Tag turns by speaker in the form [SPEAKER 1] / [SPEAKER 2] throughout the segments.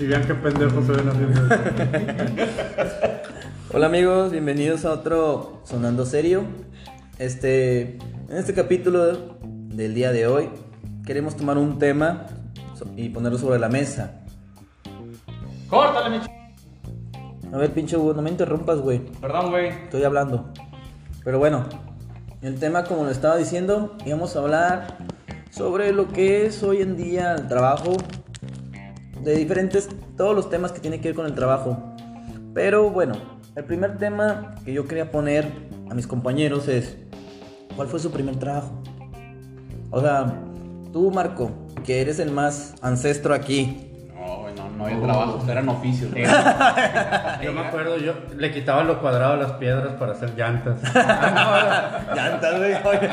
[SPEAKER 1] vean qué pendejos se ven haciendo esto.
[SPEAKER 2] Hola amigos, bienvenidos a otro Sonando Serio. Este, en este capítulo del día de hoy queremos tomar un tema so- y ponerlo sobre la mesa.
[SPEAKER 3] Córtale, mi ch...
[SPEAKER 2] A ver, pinche Hugo, no me interrumpas, güey.
[SPEAKER 3] Perdón, güey.
[SPEAKER 2] Estoy hablando. Pero bueno, el tema como lo estaba diciendo, íbamos a hablar sobre lo que es hoy en día el trabajo, de diferentes, todos los temas que tienen que ver con el trabajo. Pero bueno, el primer tema que yo quería poner a mis compañeros es, ¿cuál fue su primer trabajo? O sea, tú Marco, que eres el más ancestro aquí.
[SPEAKER 3] No, güey, no, no había trabajo, eran oficios. güey.
[SPEAKER 4] Yo me acuerdo, yo le quitaba lo cuadrado a las piedras para hacer llantas.
[SPEAKER 2] Llantas, güey, oye.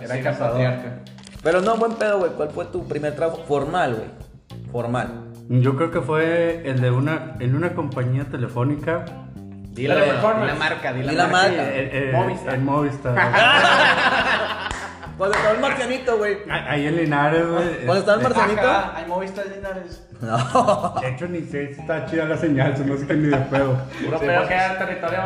[SPEAKER 3] Era cazatear.
[SPEAKER 2] Pero no, buen pedo, güey. ¿Cuál fue tu primer trabajo formal, güey? Formal.
[SPEAKER 4] Yo creo que fue el de una, en una compañía telefónica.
[SPEAKER 3] Dile
[SPEAKER 4] Pero
[SPEAKER 3] la,
[SPEAKER 4] performance.
[SPEAKER 3] di la marca, di la
[SPEAKER 2] Di la
[SPEAKER 3] marca.
[SPEAKER 2] marca. Ah.
[SPEAKER 4] Eh, eh,
[SPEAKER 3] Movistar.
[SPEAKER 4] En Movistar.
[SPEAKER 2] Cuando estaba el marcianito, güey.
[SPEAKER 4] Ah, Ahí en Linares, güey.
[SPEAKER 2] Cuando estaba el
[SPEAKER 4] Este,
[SPEAKER 2] marcianito.
[SPEAKER 3] Ajá, hay Movistar Linares.
[SPEAKER 2] No.
[SPEAKER 4] De hecho, ni sé si está chida la señal, se no sé qué ni de pedo.
[SPEAKER 5] Puro
[SPEAKER 3] Sí,
[SPEAKER 5] pedo
[SPEAKER 3] pues,
[SPEAKER 5] que era territorio,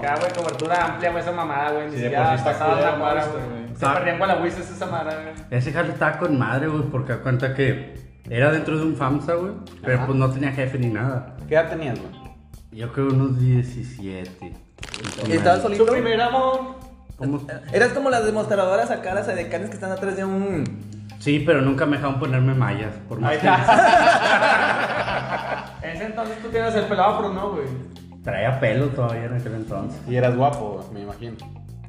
[SPEAKER 5] que era, güey, cobertura amplia, güey, esa mamada, güey. Ni
[SPEAKER 3] Sí, de
[SPEAKER 5] siquiera
[SPEAKER 3] por sí está
[SPEAKER 5] pasaba
[SPEAKER 3] culero,
[SPEAKER 5] la cuadra,
[SPEAKER 3] Monster,
[SPEAKER 5] güey.
[SPEAKER 3] güey.
[SPEAKER 5] Se perdían con la Wiz esa madre, güey.
[SPEAKER 4] Ese jale estaba con madre, güey, porque a cuenta que era dentro de un FAMSA, güey. Pero
[SPEAKER 3] Ajá.
[SPEAKER 4] pues no tenía jefe ni nada.
[SPEAKER 3] ¿Qué edad tenías, güey?
[SPEAKER 4] Yo creo unos 17.
[SPEAKER 2] ¿Y estabas solito?
[SPEAKER 5] Su primer amor.
[SPEAKER 4] ¿Cómo?
[SPEAKER 2] Eras como las demostradoras acá, las edecanes que están atrás de un.
[SPEAKER 4] Sí, pero nunca me dejaron ponerme mallas, por más
[SPEAKER 5] Ahí
[SPEAKER 4] que
[SPEAKER 5] está. En ese entonces tú tienes el pelado, pero no, güey.
[SPEAKER 4] traía pelo todavía en aquel entonces.
[SPEAKER 3] Y eras guapo, güey, me imagino.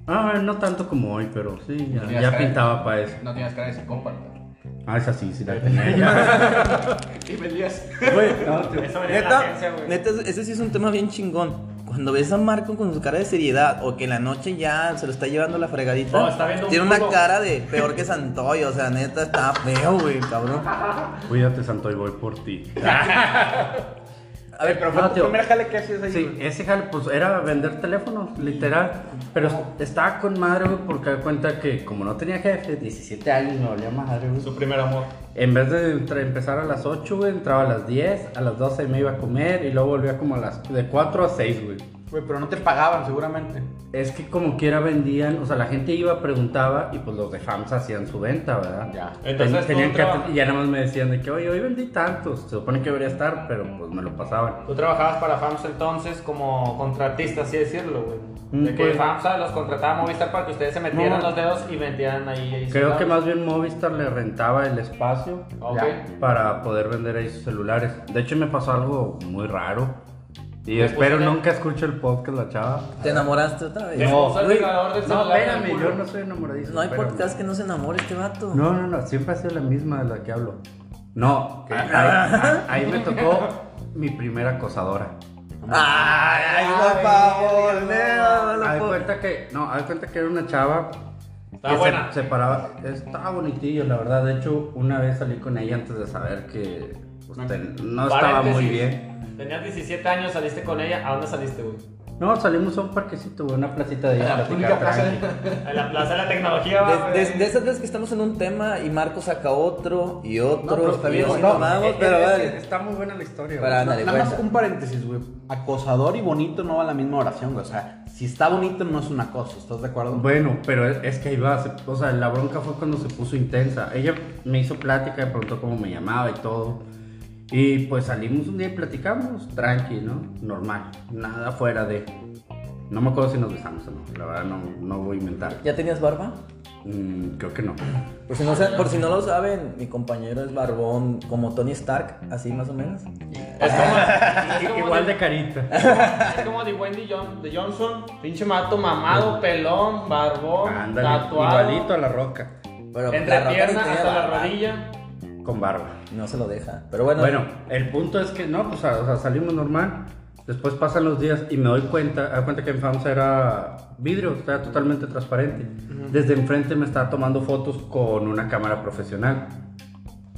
[SPEAKER 4] Ah, no tanto como hoy, pero sí, ya,
[SPEAKER 3] tenías
[SPEAKER 4] ya
[SPEAKER 3] cara.
[SPEAKER 4] pintaba para eso.
[SPEAKER 3] No tenías cara de psicópata.
[SPEAKER 4] Ah, esa sí, sí la tenía ya.
[SPEAKER 3] Y vendías.
[SPEAKER 4] Güey, no, tío.
[SPEAKER 5] Eso venía en la
[SPEAKER 2] Neta,
[SPEAKER 5] agencia, güey.
[SPEAKER 2] neta, ese sí es un tema bien chingón. Cuando ves a Marco con su cara de seriedad o que en la noche ya se lo está llevando la fregadita,
[SPEAKER 5] Oh, está viendo un
[SPEAKER 2] tiene una
[SPEAKER 5] culo.
[SPEAKER 2] cara de peor que Santoy, o sea, neta está feo, güey, cabrón.
[SPEAKER 4] Cuídate, Santo, y voy por ti.
[SPEAKER 2] A ver, pero
[SPEAKER 4] No, tío.
[SPEAKER 5] jale que hacías
[SPEAKER 4] Sí, ese jale, pues era vender teléfonos, literal. Pero estaba con madre, güey, porque da cuenta que como no tenía jefe, 17 años me valía madre, güey.
[SPEAKER 5] Su primer amor.
[SPEAKER 4] En vez de tra- empezar a las 8, güey, entraba a las 10, a las 12 me iba a comer y luego volvía como a las de 4 a 6, güey.
[SPEAKER 3] Güey, pero no te pagaban, seguramente.
[SPEAKER 4] Es que como quiera vendían, o sea, la gente iba, preguntaba y pues los de FAMSA hacían su venta, ¿verdad?
[SPEAKER 3] Ya.
[SPEAKER 5] Entonces,
[SPEAKER 4] Ten- tenían
[SPEAKER 5] tú
[SPEAKER 4] que-
[SPEAKER 5] trabajas-
[SPEAKER 4] y ya nada más me decían de que, oye, hoy vendí tantos. Se supone que debería estar, pero pues me lo pasaban.
[SPEAKER 5] Tú trabajabas para FAMSA entonces como contratista, así decirlo, güey.
[SPEAKER 4] Mm,
[SPEAKER 5] De que
[SPEAKER 4] pues-
[SPEAKER 5] FAMSA los contrataba a Movistar para que ustedes se metieran
[SPEAKER 4] No.
[SPEAKER 5] los dedos y vendieran ahí. ahí
[SPEAKER 4] Creo
[SPEAKER 5] sus
[SPEAKER 4] que
[SPEAKER 5] datos.
[SPEAKER 4] más bien Movistar le rentaba el espacio
[SPEAKER 5] Ok.
[SPEAKER 4] ya, para poder vender ahí sus celulares. De hecho, me pasó algo muy raro. Y
[SPEAKER 5] Me
[SPEAKER 4] espero
[SPEAKER 5] pusieron-
[SPEAKER 4] nunca escuche el podcast, la chava.
[SPEAKER 2] ¿Te enamoraste otra vez?
[SPEAKER 5] Le puso el
[SPEAKER 2] Güey,
[SPEAKER 5] vibrador del
[SPEAKER 4] No,
[SPEAKER 5] celular en el
[SPEAKER 4] espérame,
[SPEAKER 5] culo.
[SPEAKER 4] yo no soy enamoradizo.
[SPEAKER 2] No hay
[SPEAKER 4] espérame.
[SPEAKER 2] podcast que no se enamore este vato.
[SPEAKER 4] No, no, no, siempre ha sido la misma de la que hablo. No, ahí, ah, ahí- ahí me tocó mi primera acosadora.
[SPEAKER 2] Ay, por
[SPEAKER 5] Ay,
[SPEAKER 2] favor,
[SPEAKER 5] no,
[SPEAKER 2] no, no
[SPEAKER 4] Haz de
[SPEAKER 2] puedo.
[SPEAKER 4] cuenta que, no, haz de cuenta que era una chava.
[SPEAKER 5] Estaba
[SPEAKER 4] que se-
[SPEAKER 5] buena.
[SPEAKER 4] Se, paraba, estaba bonitilla, la verdad. De hecho, una vez salí con ella antes de saber que pues, te- no estaba
[SPEAKER 5] Paréntesis.
[SPEAKER 4] muy bien.
[SPEAKER 5] Tenías 17 años, saliste con ella. ¿A dónde saliste, güey?
[SPEAKER 4] No, salimos a un parquecito, güey, una placita de ella.
[SPEAKER 3] La
[SPEAKER 4] a platicar
[SPEAKER 3] única plaza
[SPEAKER 4] tranqui.
[SPEAKER 5] A la Plaza de la Tecnología, va,
[SPEAKER 2] De,
[SPEAKER 5] güey.
[SPEAKER 2] de- de esas veces que estamos en un tema y Marco saca otro y otro,
[SPEAKER 3] pero
[SPEAKER 2] está
[SPEAKER 3] sí,
[SPEAKER 2] bien,
[SPEAKER 3] no,
[SPEAKER 2] así
[SPEAKER 3] no,
[SPEAKER 2] nos vamos,
[SPEAKER 4] Eh,
[SPEAKER 2] pero
[SPEAKER 4] eh, es
[SPEAKER 2] vale.
[SPEAKER 4] que Está muy buena la historia.
[SPEAKER 2] Para-
[SPEAKER 4] güey.
[SPEAKER 2] Ándale,
[SPEAKER 3] nada más
[SPEAKER 2] cuenta.
[SPEAKER 3] un paréntesis, güey. Acosador y bonito no va a la misma oración, güey. O sea, si está bonito no es un acoso, ¿estás de acuerdo?
[SPEAKER 4] Bueno, pero es- es que ahí va, se- o sea, la bronca fue cuando se puso intensa. Ella me hizo plática, me preguntó cómo me llamaba y todo. Y pues salimos un día y platicamos, tranqui, ¿no? Normal, nada fuera de... No me acuerdo si nos besamos o no, la verdad no, no voy a inventar.
[SPEAKER 2] ¿Ya tenías barba?
[SPEAKER 4] Mm, creo que no.
[SPEAKER 2] Por si, no se- por si no lo saben, mi compañero es barbón como Tony Stark, así más o menos.
[SPEAKER 5] Es como, es como
[SPEAKER 4] Igual de carita.
[SPEAKER 5] Es como de Wendy John, de Johnson, pinche mato mamado, pelón, barbón,
[SPEAKER 4] Pues, Ándale,
[SPEAKER 5] tatuado,
[SPEAKER 4] igualito a la roca,
[SPEAKER 2] Pero
[SPEAKER 5] entre
[SPEAKER 2] roca ni
[SPEAKER 5] piernas
[SPEAKER 2] tenía
[SPEAKER 5] hasta la
[SPEAKER 2] barba.
[SPEAKER 5] rodilla.
[SPEAKER 4] con barba.
[SPEAKER 2] No se lo deja. Pero bueno,
[SPEAKER 4] Bueno, el punto es que no, pues a- o sea, salimos normal. Después pasan los días y me doy cuenta, me doy cuenta que en FAMSA era vidrio, estaba totalmente transparente. Desde enfrente me estaba tomando fotos con una cámara profesional.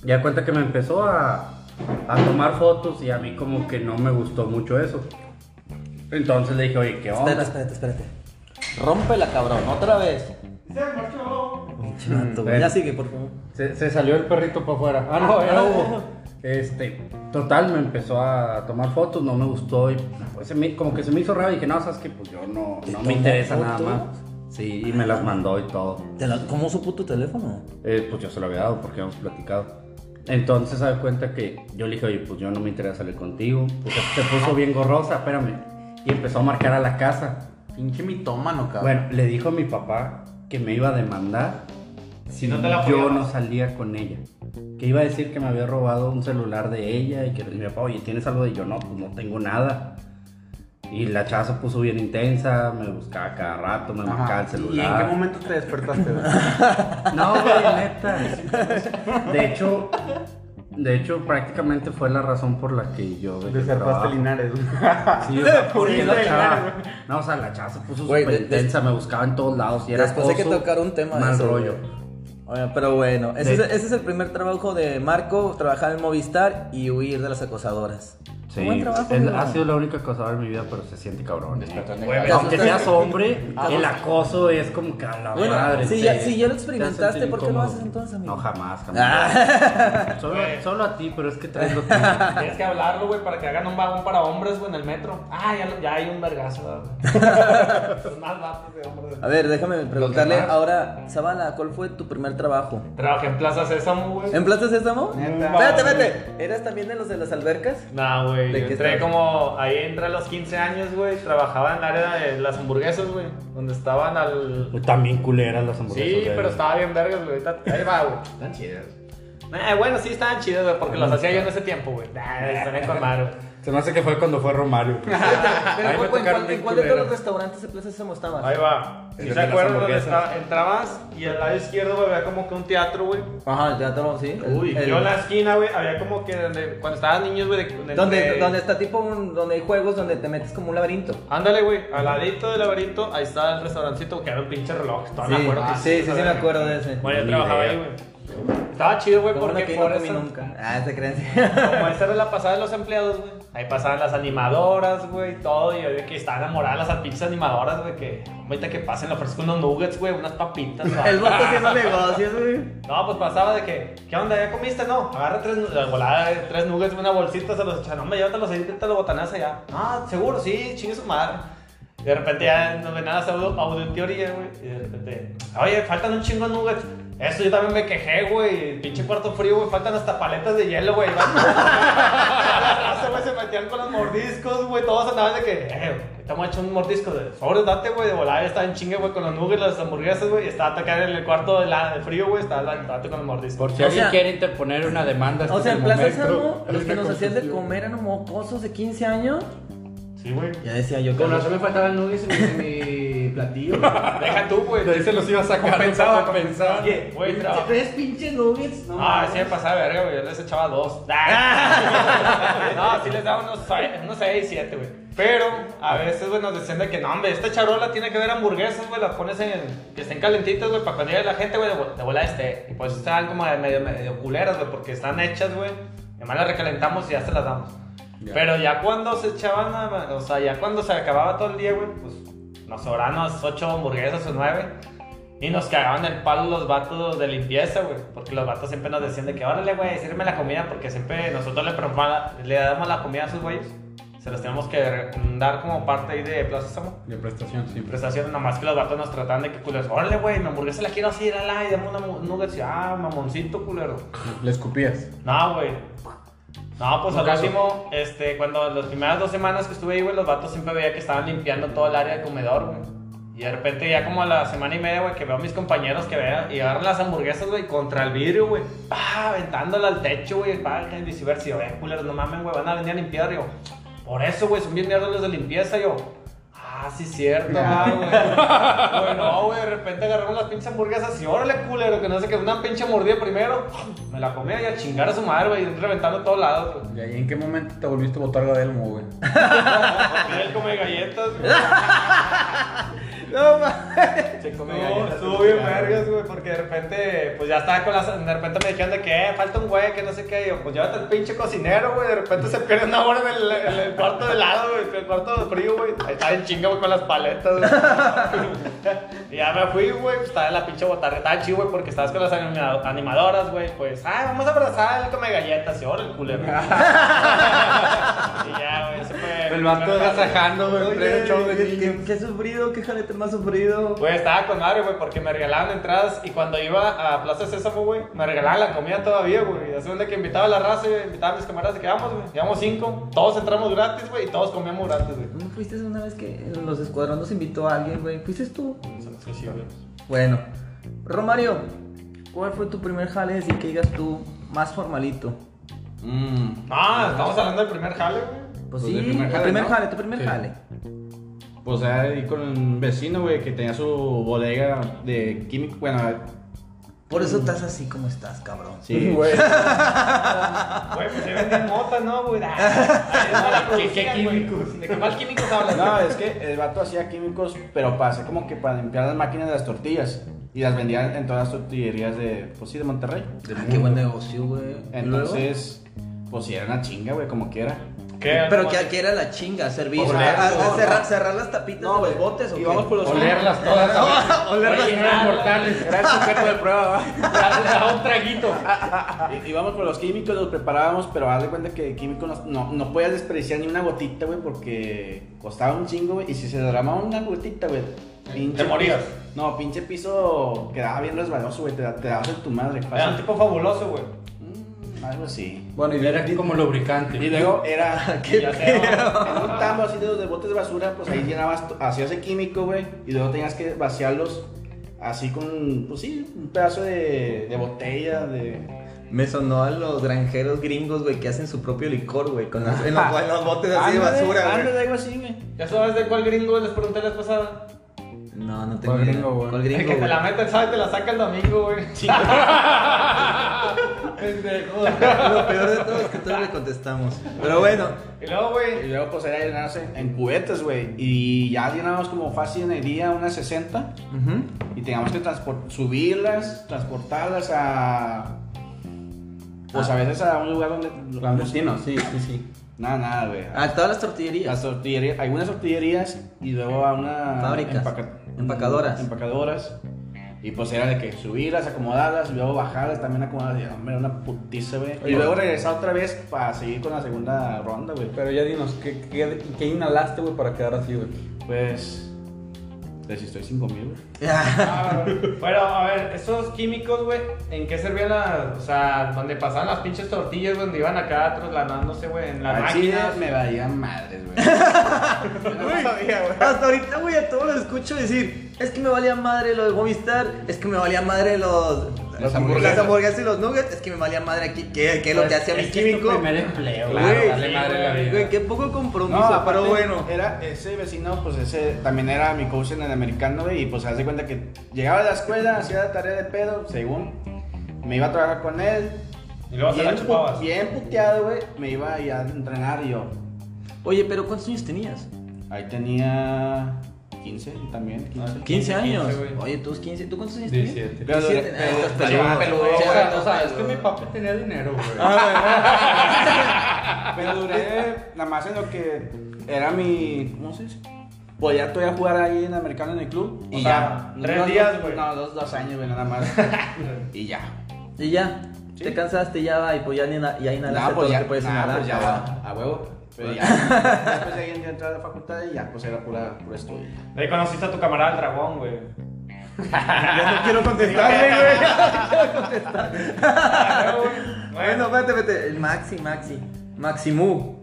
[SPEAKER 4] Ya cuenta que me empezó a, a tomar fotos y a mí como que no me gustó mucho eso. Entonces le dije, oye, ¿qué
[SPEAKER 2] espérate,
[SPEAKER 4] onda?
[SPEAKER 2] espérate, espérate. Rómpela, cabrón, otra vez. Pinche vato, güey.
[SPEAKER 4] Bueno.
[SPEAKER 2] Ya sigue, por favor.
[SPEAKER 4] Se, se salió el perrito para afuera. Ah, no, era Hugo. Este, total, me empezó a tomar fotos, no me gustó y pues, se me- como que se me hizo raro y dije, no, sabes que pues yo no,
[SPEAKER 2] ¿Te
[SPEAKER 4] no
[SPEAKER 2] tomó
[SPEAKER 4] me interesa
[SPEAKER 2] fotos?
[SPEAKER 4] nada más. Sí, y me las mandó y todo.
[SPEAKER 2] ¿Te la- ¿Cómo supo tu teléfono?
[SPEAKER 4] Eh, pues yo se lo había dado porque habíamos platicado. Entonces se da cuenta que yo le dije, oye, pues yo no me interesa salir contigo. Pues se se puso bien gorrosa, espérame. Y empezó a marcar a la casa.
[SPEAKER 3] Pinche mitómano, cabrón.
[SPEAKER 4] Bueno, le dijo a mi papá que me iba a demandar
[SPEAKER 5] Si no te la
[SPEAKER 4] yo
[SPEAKER 5] apoyabas.
[SPEAKER 4] no salía con ella. Que iba a decir que me había robado un celular de ella y que y mi papá, oye, ¿tienes algo de yo? No, pues no tengo nada. Y la chava se puso bien intensa, me buscaba cada rato, me
[SPEAKER 3] Ajá.
[SPEAKER 4] marcaba el
[SPEAKER 3] ¿Y en qué
[SPEAKER 4] celular.
[SPEAKER 3] momento te despertaste, güey?
[SPEAKER 4] No, güey, neta. De hecho, de hecho, prácticamente fue la razón por la que yo dejé el
[SPEAKER 3] Despertaste
[SPEAKER 4] trabajo.
[SPEAKER 3] Linares, güey.
[SPEAKER 4] Sí, o sea,
[SPEAKER 5] Por
[SPEAKER 4] sí,
[SPEAKER 5] ir
[SPEAKER 4] la
[SPEAKER 5] a
[SPEAKER 4] chava.
[SPEAKER 5] bailar,
[SPEAKER 4] No, o sea, la chava se puso
[SPEAKER 2] Güey,
[SPEAKER 4] súper
[SPEAKER 2] de-
[SPEAKER 4] intensa, me buscaba en todos lados y era
[SPEAKER 2] Después hay que
[SPEAKER 4] acoso,
[SPEAKER 2] tocar un tema de
[SPEAKER 4] mal
[SPEAKER 2] eso,
[SPEAKER 4] rollo.
[SPEAKER 2] Oye, pero bueno, ese,
[SPEAKER 4] De-
[SPEAKER 2] es, ese es el primer trabajo de Marco, trabajar en Movistar y huir de las acosadoras.
[SPEAKER 4] Sí,
[SPEAKER 2] Buen trabajo,
[SPEAKER 4] es-
[SPEAKER 2] amigo.
[SPEAKER 4] ha sido la única acosadora en mi vida, pero se siente cabrón. ¿eh?
[SPEAKER 5] negado.
[SPEAKER 4] Aunque seas hombre, el acoso es como que a la
[SPEAKER 2] Ah, Bueno,
[SPEAKER 4] madre.
[SPEAKER 2] si
[SPEAKER 4] te-
[SPEAKER 2] ya- si ya lo
[SPEAKER 4] te hace
[SPEAKER 2] experimentaste,
[SPEAKER 4] sentir
[SPEAKER 2] ¿por qué lo
[SPEAKER 4] incómodo.
[SPEAKER 2] haces entonces, amigo?
[SPEAKER 4] No, jamás, jamás.
[SPEAKER 2] Ah,
[SPEAKER 4] Solo,
[SPEAKER 5] Güey.
[SPEAKER 4] solo a ti, pero es que traes lo tuyo.
[SPEAKER 5] Tienes que hablarlo, güey, para que hagan un vagón para hombres, güey, en el metro. Ah, ya, lo- ya hay un vergazo, güey. Los más vatos de hombres.
[SPEAKER 2] a ver, déjame preguntarle
[SPEAKER 4] demás.
[SPEAKER 2] ahora, Zavala, ¿cuál fue tu primer trabajo?
[SPEAKER 5] Trabajé en Plaza Sésamo, güey.
[SPEAKER 4] Em,
[SPEAKER 2] ¿En Plaza Sésamo?
[SPEAKER 3] Neta.
[SPEAKER 2] Espérate, espérate. ¿Eras también de los de las albercas?
[SPEAKER 5] No, güey.
[SPEAKER 2] ¿De
[SPEAKER 5] yo
[SPEAKER 2] qué
[SPEAKER 5] Entré
[SPEAKER 2] estabas?
[SPEAKER 5] como ahí entre los 15 años, güey. Trabajaba en el área de las hamburguesas, güey. Donde estaban al.
[SPEAKER 4] Pues También culeras las hamburguesas.
[SPEAKER 5] Sí,
[SPEAKER 4] güey.
[SPEAKER 5] pero estaba bien vergas, güey. ahorita- Ahí va, güey. Están chidas. Eh, bueno, sí, estaban chidas, güey, porque
[SPEAKER 4] Mm.
[SPEAKER 5] las hacía yo en ese tiempo, güey. Nah, estaban con madre.
[SPEAKER 4] Se me hace que fue cuando fue Romario. pues.
[SPEAKER 2] Pero,
[SPEAKER 5] Ah,
[SPEAKER 4] Ahí me
[SPEAKER 2] ¿cu- cu-
[SPEAKER 4] tocaron
[SPEAKER 2] ¿en, cuál,
[SPEAKER 4] bien
[SPEAKER 2] en cuál de todos los
[SPEAKER 4] culeras.
[SPEAKER 2] restaurantes de Plaza Sésamo estabas?
[SPEAKER 5] Ahí va.
[SPEAKER 4] El de
[SPEAKER 5] Si se
[SPEAKER 4] las
[SPEAKER 5] acuerdan, donde
[SPEAKER 4] hamburguesas.
[SPEAKER 5] estaba, entrabas y al lado izquierdo, güey, había como que un teatro, güey.
[SPEAKER 2] Ajá, el teatro, sí. el-
[SPEAKER 5] Uy,
[SPEAKER 2] el-
[SPEAKER 5] yo en la esquina, güey, había como que donde- cuando estaban niños, güey, de- de-
[SPEAKER 2] donde,
[SPEAKER 5] de-
[SPEAKER 2] donde está tipo un, donde hay juegos donde te metes como un laberinto.
[SPEAKER 5] Ándale, güey, al ladito del laberinto, ahí estaba el restaurancito que era un pinche reloj. Todavía
[SPEAKER 2] Sí,
[SPEAKER 5] me acuerdo.
[SPEAKER 2] ah,
[SPEAKER 5] que
[SPEAKER 2] sí, sí, sí me acuerdo de ese.
[SPEAKER 5] Bueno, yo
[SPEAKER 4] Ni
[SPEAKER 5] trabajaba
[SPEAKER 4] idea.
[SPEAKER 5] ahí, güey. Estaba chido, güey,
[SPEAKER 2] Lo bueno
[SPEAKER 5] porque
[SPEAKER 2] que
[SPEAKER 5] por
[SPEAKER 2] no comí
[SPEAKER 5] esa-
[SPEAKER 2] nunca. Ah, se creen.
[SPEAKER 5] Como esa era la pasada de los empleados, güey. Ahí pasaban las animadoras, güey, todo. Y yo de que estaba enamorada de las pinches animadoras, güey, que ahorita que pasen le ofrezco unos nuggets, güey, unas papitas. güey.
[SPEAKER 2] El vato haciendo negocios, güey.
[SPEAKER 5] No, pues pasaba de que, ¿qué onda? ¿Ya comiste? No, agarra tres, nu- la volada, eh, tres nuggets, una bolsita, se los echan. No, hombre, llévatelos ahí, te los botanas allá. Ah, seguro, sí, chingue su madre. Y de repente ya nos ven a audio, audio teoría, güey. Y de repente, oye, faltan un chingo de nuggets. Eso yo también me quejé, güey. Pinche cuarto frío, güey. Faltan hasta paletas de hielo, güey. La raza, güey, se metían con los mordiscos, güey. Todos andaban de que, eh, estamos hecho un mordisco de sobres, date, güey. De volada estaba en chingue, güey, con los nuggets, las hamburguesas, güey. Y estaba atacando en el cuarto de, la, de frío, güey. Estaba la- date con los mordiscos.
[SPEAKER 4] Por si
[SPEAKER 2] O
[SPEAKER 4] alguien
[SPEAKER 2] sea-
[SPEAKER 4] quiere interponer una demanda. este
[SPEAKER 2] O
[SPEAKER 4] es
[SPEAKER 2] sea,
[SPEAKER 4] el
[SPEAKER 2] en Plaza
[SPEAKER 4] momento.
[SPEAKER 2] Sésamo, los que
[SPEAKER 4] Una
[SPEAKER 2] nos hacían de
[SPEAKER 4] confusión.
[SPEAKER 2] comer eran mocosos de 15 años.
[SPEAKER 5] Sí, güey.
[SPEAKER 2] Ya decía yo
[SPEAKER 6] Con razón me faltaban nuggets en mi, en mi platillo.
[SPEAKER 5] Deja tú, güey.
[SPEAKER 4] De ahí se los iba a sacar.
[SPEAKER 5] Compensaba,
[SPEAKER 4] para compensar.
[SPEAKER 5] Oye, güey, traba-
[SPEAKER 6] Tres pinches nuggets, ¿no?
[SPEAKER 5] Ah, sí me pasaba de verga, güey. Yo les echaba dos. no, sí les daba unos 6, unos seis, siete, güey. Pero a veces, güey, nos decían de que no, hombre, esta charola tiene que ver hamburguesas, güey. Las pones en. que estén calentitas, güey, para cuando llegue la gente, güey, de, bo- de bola este. Y pues estaban como de medio, medio culeras, güey, porque están hechas, güey. Además las recalentamos y ya se las damos. Pero ya cuando se echaban, a- o sea, ya cuando se acababa todo el día, güey, pues nos sobraban unas ocho hamburguesas o nueve. Y nos cagaban el palo los vatos de limpieza, güey. Porque los vatos siempre nos decían de que, órale, güey, sírveme la comida. Porque siempre nosotros le, profa- le damos la comida a sus güeyes. Se los tenemos que re- dar como parte ahí de Plaza Samo.
[SPEAKER 4] De prestación, sí.
[SPEAKER 5] Prestaciones, nomás que los vatos nos tratan de que culeros. Órale, güey, mi hamburguesa la quiero así, dala y dame una mu- nuggets. Y, ah, mamoncito, culero.
[SPEAKER 4] Le escupías.
[SPEAKER 5] No, güey. No, pues
[SPEAKER 4] No
[SPEAKER 5] al
[SPEAKER 4] caso.
[SPEAKER 5] último, este, cuando las primeras dos semanas que estuve ahí, güey, los vatos siempre veía que estaban limpiando todo el área del comedor, güey. Y de repente ya como a la semana y media, güey, que veo a mis compañeros que vean y agarran las hamburguesas, güey, contra el vidrio, güey. Pa, aventándola al techo, güey, pa, y viceversa. Y yo, eh, culeros, no mames, güey, van a venir a limpiar. Y yo, por eso, güey, son bien mierdas los de limpieza. Y yo, ah, sí, cierto, va, güey. Güey, no, güey, de repente agarraron las pinches hamburguesas y órale, culero, que no sé qué, una pinche mordida primero. Me la comía y a chingar a su madre, güey, reventando a todos lados, pues. güey.
[SPEAKER 3] ¿Y ahí en qué momento te volviste botarga de Elmo, güey?
[SPEAKER 5] Él come galletas, güey.
[SPEAKER 3] No, mames.
[SPEAKER 5] Se come
[SPEAKER 1] No,
[SPEAKER 5] galletas.
[SPEAKER 1] estuvo
[SPEAKER 5] Estuvo
[SPEAKER 1] bien
[SPEAKER 5] bien vergas, güey, porque de repente, pues ya estaba con las. De repente me dijeron de que eh, falta un güey, que no sé qué. Y yo, pues llévate al pinche cocinero, güey. De repente se pierde una hora en el, en el cuarto de helado, güey, en el cuarto de frío, güey. Ahí estaba en chinga, güey, con las paletas, güey. y ya me fui, güey, pues estaba en la pinche botarga. Estaba chido, güey, porque estabas con las anima- animadoras, güey. Pues, ah, vamos a abrazar al come galletas. Y ahora el culero. y ya, güey, se fue.
[SPEAKER 3] El vato
[SPEAKER 5] me-
[SPEAKER 3] agasajando, güey, en pleno show de
[SPEAKER 2] Oye,
[SPEAKER 3] niños.
[SPEAKER 2] ¿Qué, qué sufrido? ¿Qué jalete más sufrido?
[SPEAKER 5] Güey, estaba con madre, güey, porque me regalaban entradas y cuando iba a Plaza Sésamo, güey, me regalaban la comida todavía, güey. Hace donde que invitaba a la raza, güey, invitaba a mis camaradas de que vamos, güey. Llevamos cinco, todos entramos gratis, güey, y todos comíamos gratis, güey.
[SPEAKER 2] ¿No fuiste una vez que en los escuadrón nos invitó a alguien, güey? ¿Fuiste tú?
[SPEAKER 5] Se nos hizo, güey.
[SPEAKER 2] Bueno, Romario, ¿cuál fue tu primer jale así que digas tú más formalito?
[SPEAKER 3] Mm.
[SPEAKER 5] No, estamos hablando del primer jale, güey.
[SPEAKER 2] Pues,
[SPEAKER 3] Pues
[SPEAKER 2] sí,
[SPEAKER 3] el primer
[SPEAKER 2] el
[SPEAKER 3] jale,
[SPEAKER 2] primer
[SPEAKER 3] ¿no?
[SPEAKER 2] jale, tu primer
[SPEAKER 3] Sí.
[SPEAKER 2] jale.
[SPEAKER 3] Pues ahí con un vecino, güey, que tenía su bodega de químico. Bueno,
[SPEAKER 2] Por eso estás así como estás, cabrón.
[SPEAKER 3] sí.
[SPEAKER 5] Güey, pues se venden motas, ¿no, güey? Ah, ahí es mala
[SPEAKER 4] ¿Qué- qué
[SPEAKER 5] producción,
[SPEAKER 4] químicos?
[SPEAKER 5] güey. ¿De qué más químicos hablas?
[SPEAKER 3] No,
[SPEAKER 5] güey?
[SPEAKER 3] es que el vato hacía químicos, pero para hacer como que para limpiar las máquinas de las tortillas. Y las vendían en todas las tortillerías de, pues sí, de Monterrey.
[SPEAKER 2] Ah, qué buen negocio, güey. ¿Y luego?
[SPEAKER 3] Entonces, pues sí, era una chinga, güey, como quiera.
[SPEAKER 5] ¿Qué?
[SPEAKER 2] Pero que, que era la chinga, servir.
[SPEAKER 3] Oler,
[SPEAKER 2] a- a- a
[SPEAKER 3] no,
[SPEAKER 2] cerrar,
[SPEAKER 3] no.
[SPEAKER 2] cerrar las tapitas de los botes o qué?
[SPEAKER 3] íbamos por los
[SPEAKER 4] Olerlas todas. a ver.
[SPEAKER 2] olerlas
[SPEAKER 4] Oye, eran mortales.
[SPEAKER 3] Era el sujeto de prueba,
[SPEAKER 4] Le daba un traguito.
[SPEAKER 3] ¿va? Y- Íbamos por los químicos, los preparábamos, pero haz de cuenta que químicos no- no, no podías desperdiciar ni una gotita, güey, porque costaba un chingo, güey. Y si se derramaba una gotita, güey, pinche.
[SPEAKER 5] morías.
[SPEAKER 3] No, pinche piso quedaba bien resbaloso, güey. Te, da- te dabas en tu madre,
[SPEAKER 5] Era un
[SPEAKER 3] fácil.
[SPEAKER 5] tipo fabuloso, güey.
[SPEAKER 3] Mm, algo así.
[SPEAKER 2] Bueno, y
[SPEAKER 4] Era como lubricante.
[SPEAKER 3] Y luego era.
[SPEAKER 5] Y ya se va.
[SPEAKER 3] En un tambo así de los de botes de basura, pues ahí llenabas, tu- hacías el químico, güey, y luego tenías que vaciarlos así con, pues sí, un pedazo de, de botella, de...
[SPEAKER 2] Me sonó a los granjeros gringos, güey, que hacen su propio licor, güey, con las- en, los, en los botes así de
[SPEAKER 3] Ándale,
[SPEAKER 2] basura,
[SPEAKER 3] ándale,
[SPEAKER 2] güey.
[SPEAKER 3] algo así, güey.
[SPEAKER 5] ¿Ya sabes de cuál gringo les pregunté la vez pasada?
[SPEAKER 2] No, no tengo
[SPEAKER 1] ¿Cuál
[SPEAKER 2] idea.
[SPEAKER 1] gringo, güey?
[SPEAKER 2] ¿Cuál
[SPEAKER 5] El
[SPEAKER 2] gringo,
[SPEAKER 5] que te
[SPEAKER 2] güey?
[SPEAKER 5] la meten, ¿sabes? Te la saca el domingo, güey.
[SPEAKER 2] Pendejo. Lo peor de todo es que todos le contestamos. Pero bueno,
[SPEAKER 5] Y luego, güey,
[SPEAKER 3] Y luego pues era llenarse en, en cubetas, güey, y ya llenábamos como fácil en el día unas 60,
[SPEAKER 2] ujú.
[SPEAKER 3] y teníamos que transpor- subirlas, transportarlas a...
[SPEAKER 1] Ah.
[SPEAKER 3] Pues a veces a un lugar donde... Clandestino, sí, sí, sí. Nada, nada, güey.
[SPEAKER 1] Ah.
[SPEAKER 2] a todas las tortillerías.
[SPEAKER 3] Las tortillerías, algunas tortillerías y luego a una.
[SPEAKER 2] Fábricas. Empacadoras.
[SPEAKER 3] Empacadoras. Y pues era de que subirlas, acomodarlas, y luego bajarlas, también acomodarlas. Y, hombre, una putiza, güey. Y
[SPEAKER 1] Oye.
[SPEAKER 3] luego regresar otra vez para seguir con la segunda ronda, güey.
[SPEAKER 1] Pero ya dinos, ¿qué, qué, qué inhalaste, güey, para quedar así, güey?
[SPEAKER 3] Pues. Les estoy 5 mil, güey.
[SPEAKER 5] Ah, Bueno, a ver, esos químicos, güey, ¿en qué servían las, o sea, donde pasaban las pinches tortillas, güey, donde iban acá trasladándose, güey, en las
[SPEAKER 3] Al chile
[SPEAKER 5] máquinas?
[SPEAKER 3] me valían madres, güey.
[SPEAKER 2] Hasta ahorita, güey, a todos los escucho decir, es que me valía madre lo de Movistar, es que me valía madre los...
[SPEAKER 3] Las hamburguesas.
[SPEAKER 2] hamburguesas. hamburguesas y los nuggets, es que me valía madre aquí, que, que es lo que hacía mi
[SPEAKER 4] Pues, Es que es tu
[SPEAKER 2] químico.
[SPEAKER 4] primer empleo.
[SPEAKER 2] Güey,
[SPEAKER 4] Claro, dale
[SPEAKER 5] sí,
[SPEAKER 4] madre la vida. eh,
[SPEAKER 2] Güey, qué poco compromiso,
[SPEAKER 3] aparte,
[SPEAKER 2] pero bueno.
[SPEAKER 3] Era ese vecino, pues ese también era mi coach en el americano, güey. Y pues hace cuenta que llegaba a la escuela, hacía la tarea de pedo, según. Me iba a trabajar con él.
[SPEAKER 5] Y luego se la
[SPEAKER 3] pu-
[SPEAKER 5] chupabas.
[SPEAKER 3] bien puteado, güey. Me iba a ir a entrenar y yo.
[SPEAKER 2] Oye, pero ¿cuántos años tenías?
[SPEAKER 3] Ahí tenía 15 también. 15.
[SPEAKER 2] 15 años.
[SPEAKER 5] 15, güey.
[SPEAKER 2] Oye, tú es 15, ¿tú cuántos años tenías?
[SPEAKER 4] 17.
[SPEAKER 3] Pero-
[SPEAKER 2] 17.
[SPEAKER 3] pero-
[SPEAKER 2] Ah, estás
[SPEAKER 3] pero-
[SPEAKER 2] pelón.
[SPEAKER 3] peludo,
[SPEAKER 2] Sí,
[SPEAKER 4] Güey,
[SPEAKER 2] estás
[SPEAKER 4] o sea, es que
[SPEAKER 2] peludo.
[SPEAKER 4] mi papá tenía dinero, güey.
[SPEAKER 5] Ah,
[SPEAKER 3] Pero duré nada más en lo que era mi. ¿Cómo se dice? Podía todavía jugar ahí en el americano en el club.
[SPEAKER 5] O
[SPEAKER 3] y
[SPEAKER 5] sea,
[SPEAKER 3] ya.
[SPEAKER 5] tres
[SPEAKER 3] No,
[SPEAKER 5] días,
[SPEAKER 3] no,
[SPEAKER 5] güey.
[SPEAKER 3] No, dos, dos años, güey, nada más. y ya.
[SPEAKER 2] Y ya,
[SPEAKER 3] Sí.
[SPEAKER 2] te cansaste, ya va, y pues ya, ni na- ya
[SPEAKER 3] No,
[SPEAKER 2] inhalaste todo lo que puedes
[SPEAKER 3] nah,
[SPEAKER 2] inhalar.
[SPEAKER 3] pues ya,
[SPEAKER 2] cabrón.
[SPEAKER 3] a huevo. Pero ya, después de ahí entré a la facultad y ya, pues era pura, pura estudio.
[SPEAKER 5] De ahí conociste a tu camarada el dragón, güey.
[SPEAKER 1] Ya no quiero contestarle, güey.
[SPEAKER 5] Ah, güey,
[SPEAKER 2] Bueno, espérate, espérate. El Maxi, Maxi. Maximu.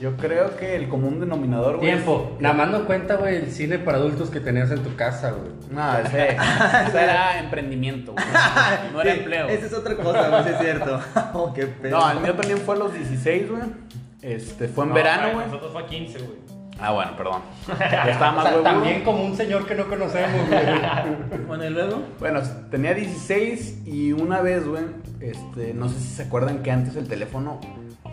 [SPEAKER 3] Yo creo que el común denominador, güey.
[SPEAKER 4] Tiempo. Nada más no cuenta, güey, el cine para adultos que tenías en tu casa, güey.
[SPEAKER 3] No, ese, ese era emprendimiento, güey. No era
[SPEAKER 2] Sí,
[SPEAKER 3] empleo.
[SPEAKER 2] Esa es otra cosa, güey, sí es cierto. oh, qué pedo.
[SPEAKER 3] No, el mío también fue a los 16, güey. Este, fue en
[SPEAKER 5] no,
[SPEAKER 3] verano,
[SPEAKER 5] güey,
[SPEAKER 3] güey.
[SPEAKER 5] Nosotros fue a 15, güey.
[SPEAKER 3] Ah, bueno, perdón. Ya estaba
[SPEAKER 4] O
[SPEAKER 3] más
[SPEAKER 4] sea,
[SPEAKER 3] huevudo.
[SPEAKER 4] también como un señor que no conocemos, güey.
[SPEAKER 2] Bueno, y luego.
[SPEAKER 3] Bueno, tenía 16 y una vez, güey, este, no sé si se acuerdan que antes el teléfono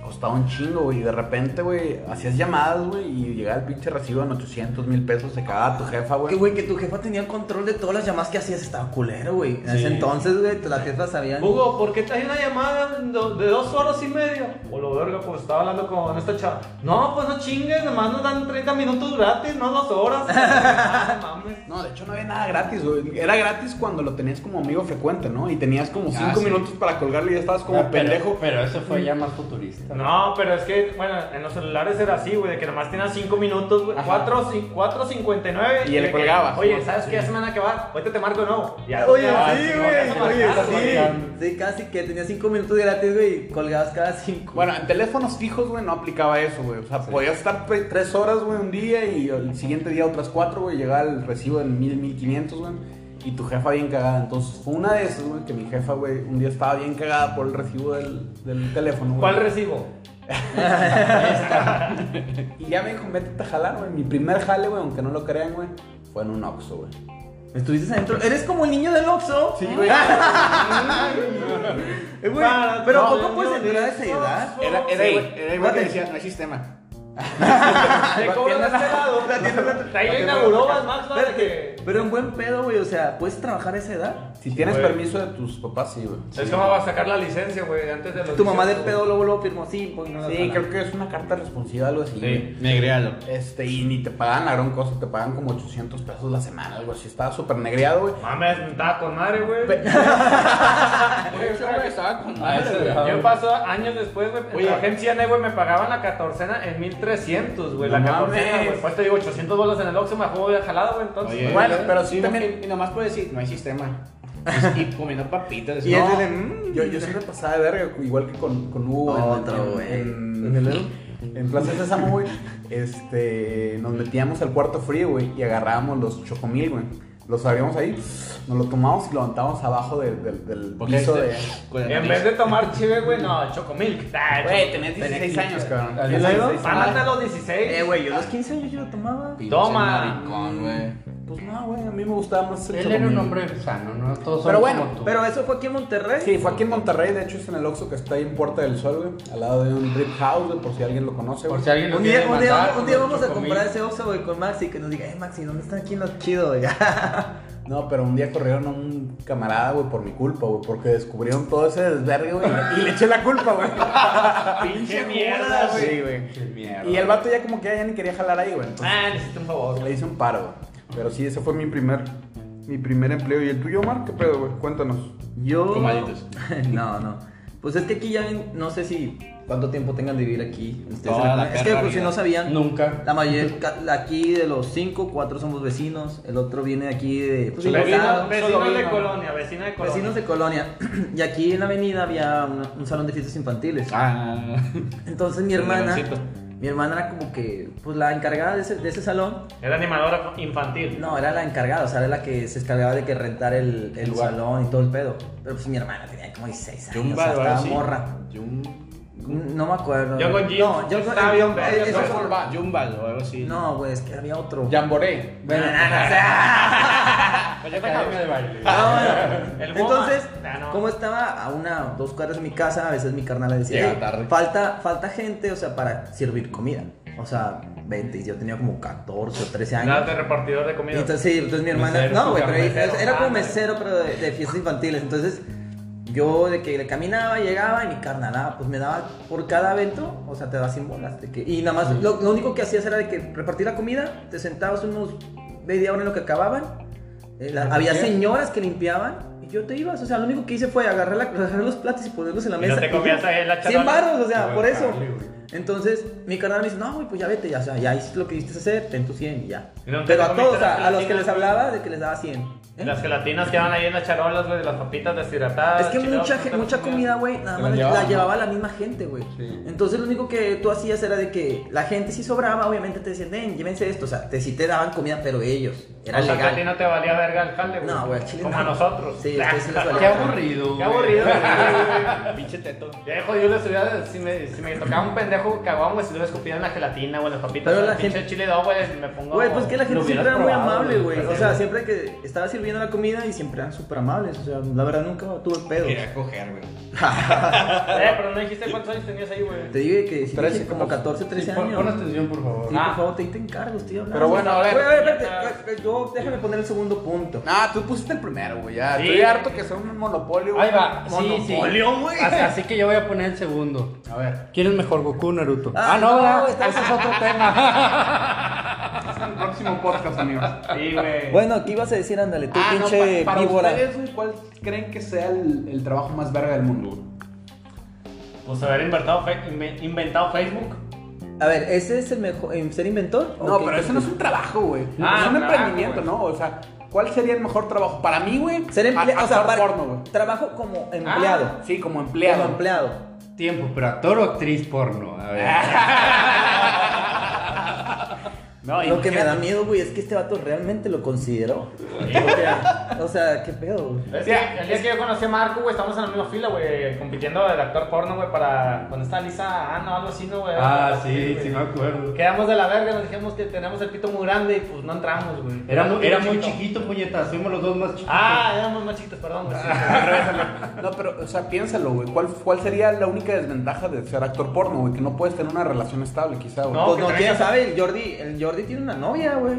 [SPEAKER 3] costaba un chingo, güey. Y de repente, güey, hacías llamadas, güey, y llegaba el pinche recibo en 800 mil pesos, se cagaba tu jefa,
[SPEAKER 2] Que,
[SPEAKER 3] güey.
[SPEAKER 2] güey, que tu jefa tenía el control de todas las llamadas que hacías. Estaba culero, güey. En ese entonces, güey, las jefas sabían.
[SPEAKER 5] Hugo, ¿por qué traes una llamada do- de dos horas y media? O lo verga, pues estaba hablando con esta chava. No, pues no chingues, nomás nos dan 30 minutos gratis, no dos horas. Ah, mames.
[SPEAKER 3] No, de hecho no había nada gratis, güey. Era gratis cuando lo tenías como amigo frecuente, ¿no? Y tenías como
[SPEAKER 4] Ah,
[SPEAKER 3] 5
[SPEAKER 4] sí.
[SPEAKER 3] minutos para colgarle y ya estabas como
[SPEAKER 4] Ah, pero-
[SPEAKER 3] pendejo.
[SPEAKER 4] Pero, eso fue ya más futurista.
[SPEAKER 5] No, pero es que, bueno, en los celulares era así, güey, de que nomás tenías 5 minutos, güey,
[SPEAKER 3] Ajá.
[SPEAKER 5] 4, cin- 4.59.
[SPEAKER 3] Y le
[SPEAKER 5] de que,
[SPEAKER 3] colgabas.
[SPEAKER 5] Oye,
[SPEAKER 3] No,
[SPEAKER 5] ¿sabes qué? Ya se me van a acabar, ahorita te marco, no. Ya,
[SPEAKER 2] Oye,
[SPEAKER 5] ya,
[SPEAKER 2] sí,
[SPEAKER 5] ya,
[SPEAKER 2] güey,
[SPEAKER 5] ya te
[SPEAKER 2] oye,
[SPEAKER 5] marcaron,
[SPEAKER 2] sí.
[SPEAKER 5] güey.
[SPEAKER 2] Sí, casi que tenía cinco minutos gratis, güey. y Colgabas cada cinco.
[SPEAKER 3] Bueno, en teléfonos fijos, güey, no aplicaba eso, güey. O sea, podías estar 3 horas, güey, un día y el siguiente día otras 4, güey. Llegaba el recibo en 1000, 1500, güey. Y tu jefa bien cagada. Entonces, fue una de esas, güey, que mi jefa, güey, un día estaba bien cagada por el recibo del, del teléfono, güey.
[SPEAKER 5] ¿Cuál recibo?
[SPEAKER 3] Y ya me dijo, métete a jalar, güey. Mi primer jale, güey, aunque no lo crean, güey, fue en un Oxxo, güey.
[SPEAKER 2] Estuviste adentro. Eres como el niño del Oxxo. Ah.
[SPEAKER 3] Sí, güey.
[SPEAKER 2] Eh, güey,
[SPEAKER 5] Para
[SPEAKER 2] pero ¿a
[SPEAKER 5] todo
[SPEAKER 2] poco
[SPEAKER 5] el
[SPEAKER 2] puedes
[SPEAKER 5] niño
[SPEAKER 2] entrar a
[SPEAKER 5] del
[SPEAKER 2] esa edad?
[SPEAKER 5] Oxxo.
[SPEAKER 3] Era, era,
[SPEAKER 2] Sí.
[SPEAKER 3] igual- era igual que
[SPEAKER 2] Espérate.
[SPEAKER 3] decía, no hay sistema.
[SPEAKER 2] Ah,
[SPEAKER 5] Te cobran este lado. Ahí lo inauguró, es más, ¿no? De que...
[SPEAKER 2] Espérate, Pero en buen pedo, güey. O sea, ¿puedes trabajar a esa edad?
[SPEAKER 3] Si tienes
[SPEAKER 5] güey.
[SPEAKER 3] permiso de tus papás, sí, güey.
[SPEAKER 5] Es como va a sacar la licencia, güey, antes de los
[SPEAKER 2] Tu mamá de
[SPEAKER 5] 18,
[SPEAKER 2] pedo luego luego firmó sí, pues no la
[SPEAKER 3] Sí,
[SPEAKER 2] jala.
[SPEAKER 3] creo que es una carta responsiva, algo así. güey.
[SPEAKER 6] negrealo.
[SPEAKER 3] Este, y ni te pagan la gran cosa, te pagan como 800 pesos la semana, algo así. Estaba súper negreado, güey.
[SPEAKER 5] Mames, me estaba con madre, güey.
[SPEAKER 3] Pe-
[SPEAKER 5] Ah, eso, güey. Yo pasó años después, güey. En la agencia NE, güey, me pagaban la catorcena en 1300, güey.
[SPEAKER 3] No
[SPEAKER 5] la catorcena,
[SPEAKER 3] mames.
[SPEAKER 5] güey. Pues te digo, 800 bolas en el Oxxo, me la juego de jalado, güey, entonces.
[SPEAKER 6] Oye.
[SPEAKER 3] bueno, pero sí
[SPEAKER 6] Y,
[SPEAKER 3] también.
[SPEAKER 6] nomás, y nomás puede decir, no hay sistema. Y comiendo papitas.
[SPEAKER 2] Y
[SPEAKER 6] no.
[SPEAKER 2] es de, mm.
[SPEAKER 3] Yo, yo siempre pasaba de verga, igual que con, con Hugo. en-
[SPEAKER 2] Otro,
[SPEAKER 3] en-
[SPEAKER 2] güey.
[SPEAKER 3] En, en, en Plaza Sésamo, güey. Este, nos metíamos al cuarto frío, güey, y agarrábamos los chocomil, güey. Los abríamos ahí, nos lo tomábamos y lo levantábamos abajo del, del, del piso de.
[SPEAKER 2] pues,
[SPEAKER 6] Con el
[SPEAKER 5] En
[SPEAKER 6] nariz.
[SPEAKER 5] vez de tomar chive, güey, no, chocomilk. Ah,
[SPEAKER 3] Güey,
[SPEAKER 5] choco-
[SPEAKER 3] tenías 16 años, cabrón.
[SPEAKER 4] ¿Al
[SPEAKER 3] Tenías
[SPEAKER 4] luego?
[SPEAKER 3] 16
[SPEAKER 5] Van
[SPEAKER 3] años.
[SPEAKER 5] hasta los 16.
[SPEAKER 2] Ah. Eh, güey, yo a los 15 años yo lo tomaba.
[SPEAKER 3] Pinche
[SPEAKER 5] Toma.
[SPEAKER 3] maricón, güey. Pues no, güey, a mí me gustaba más el
[SPEAKER 4] Él era un
[SPEAKER 3] chocomil.
[SPEAKER 4] hombre sano, ¿no? Todos
[SPEAKER 3] Pero
[SPEAKER 4] son
[SPEAKER 3] bueno,
[SPEAKER 4] como tú.
[SPEAKER 2] Pero eso fue aquí en Monterrey.
[SPEAKER 3] Sí, fue aquí en Monterrey, de hecho es en el Oxxo que está ahí en Puerta del Sol, güey, al lado de un Rip House, güey, por si alguien lo conoce,
[SPEAKER 4] Por
[SPEAKER 3] güey.
[SPEAKER 4] si alguien lo
[SPEAKER 2] Un día,
[SPEAKER 4] quiere
[SPEAKER 2] un día-
[SPEAKER 4] mandar,
[SPEAKER 2] un día
[SPEAKER 4] con
[SPEAKER 2] vamos a
[SPEAKER 4] chocomil.
[SPEAKER 2] comprar ese Oxxo, güey, con Maxi, que nos diga, eh, Maxi, ¿dónde están aquí los chidos, güey?
[SPEAKER 3] No, pero un día corrieron a un camarada, güey, por mi culpa, güey, porque descubrieron todo ese desvergue, güey, y le eché la culpa, güey.
[SPEAKER 5] Ah, Pinche mierda, güey.
[SPEAKER 3] Sí, güey.
[SPEAKER 4] Qué mierda.
[SPEAKER 3] Y el vato ya como que ya ni quería jalar ahí, güey, entonces pues,
[SPEAKER 5] Ah, necesito un favor, güey.
[SPEAKER 3] le hice un paro, güey. Pero sí, ese fue mi primer, mi primer empleo. ¿Y el tuyo, Omar? ¿Qué pedo, güey? Cuéntanos.
[SPEAKER 2] Yo.
[SPEAKER 6] Comaditos.
[SPEAKER 2] no, no. Pues es que aquí ya ven- no sé si cuánto tiempo tengan de vivir aquí. ustedes en
[SPEAKER 6] Toda
[SPEAKER 2] la-
[SPEAKER 6] la
[SPEAKER 2] es que
[SPEAKER 6] perra
[SPEAKER 2] pues, si
[SPEAKER 6] vida.
[SPEAKER 2] no sabían,
[SPEAKER 4] Nunca.
[SPEAKER 2] la mayoría ca- aquí de los cinco, cuatro somos vecinos. El otro viene aquí de pues,
[SPEAKER 5] Vecino-
[SPEAKER 2] invitado,
[SPEAKER 5] Vecino de
[SPEAKER 3] Solovino.
[SPEAKER 5] colonia, vecino de colonia.
[SPEAKER 2] vecinos de colonia. Y aquí en la avenida había una- un salón de fiestas infantiles.
[SPEAKER 6] Ah,
[SPEAKER 2] Entonces mi
[SPEAKER 6] El
[SPEAKER 2] hermana,
[SPEAKER 6] leoncito.
[SPEAKER 2] mi hermana era como que pues la encargada de ese, de ese salón.
[SPEAKER 5] Era animadora infantil.
[SPEAKER 2] No, era la encargada, o sea, era la que se encargaba de que rentar el, el
[SPEAKER 6] Lugar.
[SPEAKER 2] salón y todo el pedo. Pero pues mi hermana tenía como 16
[SPEAKER 6] Yo un
[SPEAKER 2] años, o sea,
[SPEAKER 6] valor
[SPEAKER 2] estaba
[SPEAKER 6] así.
[SPEAKER 2] morra.
[SPEAKER 6] Yo un.
[SPEAKER 2] No me acuerdo.
[SPEAKER 5] Yo con
[SPEAKER 2] güey.
[SPEAKER 5] jeans,
[SPEAKER 2] No, yo
[SPEAKER 5] estaba bien
[SPEAKER 2] eh,
[SPEAKER 5] verga,
[SPEAKER 2] eso
[SPEAKER 5] yo
[SPEAKER 2] fue-
[SPEAKER 5] con
[SPEAKER 6] Ah, Yo un baldo, algo así.
[SPEAKER 2] No, güey, es que había otro.
[SPEAKER 3] Jamboree.
[SPEAKER 2] Bueno, no, no, o sea,
[SPEAKER 4] Academia de baile.
[SPEAKER 2] no, bueno.
[SPEAKER 5] El Woman.
[SPEAKER 2] Entonces,
[SPEAKER 5] Ah, no.
[SPEAKER 2] como estaba a una dos cuadras de mi casa, a veces mi carnal le decía,
[SPEAKER 6] Llega
[SPEAKER 2] "Ey,
[SPEAKER 6] tarde".
[SPEAKER 2] falta, falta gente, o sea, para servir comida. O sea, 20, yo tenía como 14 o 13
[SPEAKER 5] Nada
[SPEAKER 2] años.
[SPEAKER 5] de repartidor de
[SPEAKER 2] Y
[SPEAKER 5] comida.
[SPEAKER 2] Entonces, sí, entonces mi hermana.
[SPEAKER 5] Mesero,
[SPEAKER 2] no, güey,
[SPEAKER 5] como
[SPEAKER 2] pero
[SPEAKER 5] mesero.
[SPEAKER 2] era como
[SPEAKER 5] Ah,
[SPEAKER 2] mesero, pero de, de fiestas infantiles. Entonces, yo de que le caminaba, llegaba y mi carnal, ah, pues me daba por cada evento, o sea, te da 100 bolas. de que- y nada más, lo, lo único que hacías era de que repartir la comida, te sentabas unos media hora en lo que acababan. eh, la- había señoras que limpiaban y yo te ibas. O sea, lo único que hice fue agarrar, la- agarrar los platos y ponerlos en la
[SPEAKER 5] Y
[SPEAKER 2] mesa.
[SPEAKER 5] no te comías ahí la
[SPEAKER 2] 100
[SPEAKER 5] charola.
[SPEAKER 2] baros, o sea,
[SPEAKER 4] Güey,
[SPEAKER 2] por eso.
[SPEAKER 4] chale, güey.
[SPEAKER 2] Entonces, mi carnal me dice, no, güey, pues ya vete, ya, o sea, ya hiciste lo que hiciste hacer, ten tus 100 y ya.
[SPEAKER 5] Y no te
[SPEAKER 2] Pero a
[SPEAKER 5] comiste
[SPEAKER 2] todos, o
[SPEAKER 5] las
[SPEAKER 2] sea, a los que
[SPEAKER 5] gelatinas,
[SPEAKER 2] les hablaba, de que les daba 100. ¿eh?
[SPEAKER 5] Las gelatinas que van ahí en las charolas, güey, de las papitas deshidratadas.
[SPEAKER 2] Es que
[SPEAKER 5] chiladas,
[SPEAKER 2] mucha,
[SPEAKER 5] ¿no
[SPEAKER 2] ge-
[SPEAKER 5] te
[SPEAKER 2] mucha
[SPEAKER 5] comías?
[SPEAKER 2] comida, güey, nada más
[SPEAKER 3] Te la
[SPEAKER 2] la,
[SPEAKER 3] llevaban, ¿no?
[SPEAKER 2] llevaba la misma gente, güey.
[SPEAKER 3] Sí.
[SPEAKER 2] Entonces, lo único que tú hacías era de que la gente sí sobraba, obviamente te decían, ven, llévense esto, o sea, te, sí te daban comida, pero ellos. Era
[SPEAKER 5] O sea, que
[SPEAKER 2] legal.
[SPEAKER 5] a ti no te valía verga el jale, güey.
[SPEAKER 2] No, güey, al chile
[SPEAKER 5] Como
[SPEAKER 2] no.
[SPEAKER 5] a nosotros.
[SPEAKER 2] Sí, a ustedes sí les valía.
[SPEAKER 5] Qué aburrido. Qué aburrido.
[SPEAKER 6] Pinche teto.
[SPEAKER 5] Viejo, yo les hubiera, si me, si me tocaba un pendejo cagón, güey, si hubiera escupido en la gelatina o en las papitas,
[SPEAKER 2] Pero
[SPEAKER 5] o
[SPEAKER 2] la
[SPEAKER 5] el pinche
[SPEAKER 2] gente-
[SPEAKER 5] chile dog, güey, me pongo...
[SPEAKER 2] Güey, pues que la gente
[SPEAKER 5] Lo
[SPEAKER 2] siempre era muy
[SPEAKER 5] hubieras
[SPEAKER 2] amable,
[SPEAKER 5] probado,
[SPEAKER 2] güey. O sea, siempre que estaba sirviendo la comida y siempre eran súper amables. O sea, la verdad nunca tuve pedos.
[SPEAKER 7] Quería coger, güey.
[SPEAKER 5] Eh, pero no dijiste cuántos años tenías ahí, güey.
[SPEAKER 2] Te dije que sí,
[SPEAKER 3] Tres,
[SPEAKER 2] dije como 14, 13
[SPEAKER 4] pon, pon
[SPEAKER 2] años. Sí,
[SPEAKER 4] atención, por favor.
[SPEAKER 5] Ah.
[SPEAKER 2] por favor, te, te encargo, estoy hablando.
[SPEAKER 3] Pero bueno, a ver.
[SPEAKER 2] Güey, a ver, espérate, eh, yo- déjame poner el segundo punto.
[SPEAKER 3] Ah, tú pusiste el primero, güey. Ya.
[SPEAKER 5] Sí.
[SPEAKER 3] Estoy harto que sea un monopolio. güey.
[SPEAKER 4] Ahí va. Sí, sí.
[SPEAKER 3] Monopolio, güey.
[SPEAKER 4] Así, así que yo voy a poner el segundo.
[SPEAKER 3] A ver.
[SPEAKER 4] ¿Quién es mejor, Goku o Naruto?
[SPEAKER 2] Ah,
[SPEAKER 4] Ah,
[SPEAKER 2] no,
[SPEAKER 4] no, ¿verdad?
[SPEAKER 2] güey, está-
[SPEAKER 4] Ese es otro tema.
[SPEAKER 3] Hasta el próximo podcast, amigos. Ah,
[SPEAKER 5] Sí, güey.
[SPEAKER 2] Bueno, ¿qué ibas a decir? Ándale, tú, pinche
[SPEAKER 3] para
[SPEAKER 2] víbora.
[SPEAKER 3] ustedes, güey, ¿cuál creen que sea el, el trabajo más verga del mundo? güey?
[SPEAKER 5] Pues haber inventado, fe- inven- inventado Facebook.
[SPEAKER 2] A ver, ¿ese es el mejor? en ¿Ser inventor?
[SPEAKER 3] No,
[SPEAKER 2] Ok,
[SPEAKER 3] pero eso no es un trabajo, güey.
[SPEAKER 5] Ah,
[SPEAKER 3] es un
[SPEAKER 5] trabajo,
[SPEAKER 3] emprendimiento,
[SPEAKER 5] güey.
[SPEAKER 3] ¿no? O sea, ¿cuál sería el mejor trabajo? Para mí, güey,
[SPEAKER 2] Ser empleado,
[SPEAKER 3] a-
[SPEAKER 2] o sea,
[SPEAKER 3] actor
[SPEAKER 2] para-
[SPEAKER 3] porno, güey.
[SPEAKER 2] trabajo como empleado.
[SPEAKER 3] Sí, como
[SPEAKER 2] como
[SPEAKER 3] empleado.
[SPEAKER 2] empleado.
[SPEAKER 4] Tiempo, pero actor o actriz porno. A ver.
[SPEAKER 3] No,
[SPEAKER 2] Lo que me da
[SPEAKER 3] imagínate.
[SPEAKER 2] miedo, güey, es que este vato realmente lo consideró. O sea, o sea, qué pedo, güey.
[SPEAKER 5] Es que el día que yo conocí a Marco, güey, estamos en la misma fila, güey, compitiendo del actor porno, güey, para cuando está Lisa Ana o algo así, ¿no, güey?
[SPEAKER 4] Ah, sí,
[SPEAKER 5] güey.
[SPEAKER 4] sí me acuerdo.
[SPEAKER 5] Quedamos de la verga, nos dijimos que tenemos el pito muy grande y pues no entramos, güey.
[SPEAKER 4] Era muy, era muy
[SPEAKER 5] chiquito.
[SPEAKER 4] chiquito, puñetas. Fuimos los dos más chiquitos.
[SPEAKER 5] Ah, éramos más chiquitos, perdón, güey. sí.
[SPEAKER 3] No, pero, o sea, piénsalo, güey. ¿Cuál, ¿Cuál sería la única desventaja de ser actor porno, güey? Que no puedes tener una relación estable, quizá, güey.
[SPEAKER 5] No,
[SPEAKER 2] pues
[SPEAKER 5] que
[SPEAKER 2] no,
[SPEAKER 5] traes
[SPEAKER 2] quién
[SPEAKER 5] a-
[SPEAKER 2] sabe, el Jordi, el Jordi tiene una novia, güey.